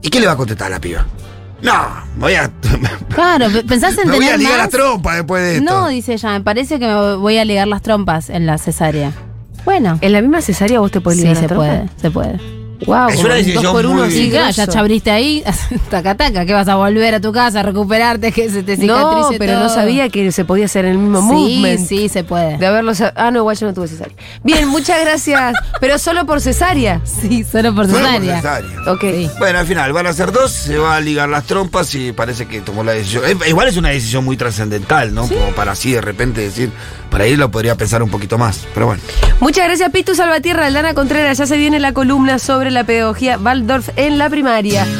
Speaker 2: ¿Y qué le va a contestar a la piba? No, voy a.
Speaker 12: Claro, pe- pensás en
Speaker 2: me voy
Speaker 12: tener
Speaker 2: a ligar
Speaker 12: más?
Speaker 2: la trompa después de esto.
Speaker 12: No, dice ella, me parece que me voy a ligar las trompas en la cesárea. Bueno.
Speaker 1: ¿En la misma cesárea vos te podés
Speaker 12: Sí,
Speaker 1: ligar
Speaker 12: se
Speaker 1: la trompa?
Speaker 12: puede, se puede.
Speaker 1: Wow,
Speaker 2: Es una decisión muy-
Speaker 12: Sí, claro, ya chabriste ahí, taca taca, que vas a volver a tu casa a recuperarte, que se te
Speaker 1: No,
Speaker 12: cicatrice
Speaker 1: pero no
Speaker 12: todo.
Speaker 1: sabía que se podía hacer en el mismo
Speaker 12: Sí,
Speaker 1: movement.
Speaker 12: sí, se puede.
Speaker 1: De haberlo sab- Ah, no, igual yo no tuve cesárea. Bien, muchas gracias. pero solo por cesárea.
Speaker 12: Sí, solo por
Speaker 2: Solo por
Speaker 12: cesárea.
Speaker 2: cesárea.
Speaker 1: Ok.
Speaker 2: Bueno, al final van a ser dos, se va a ligar las trompas y parece que tomó la decisión. Eh, Igual es una decisión muy trascendental, ¿no? Como para así de repente decir, para ahí lo podría pensar un poquito más, pero bueno.
Speaker 1: Muchas gracias, Pitu Salvatierra, Aldana Contreras. Ya se viene la columna sobre la pedagogía Waldorf en la primaria.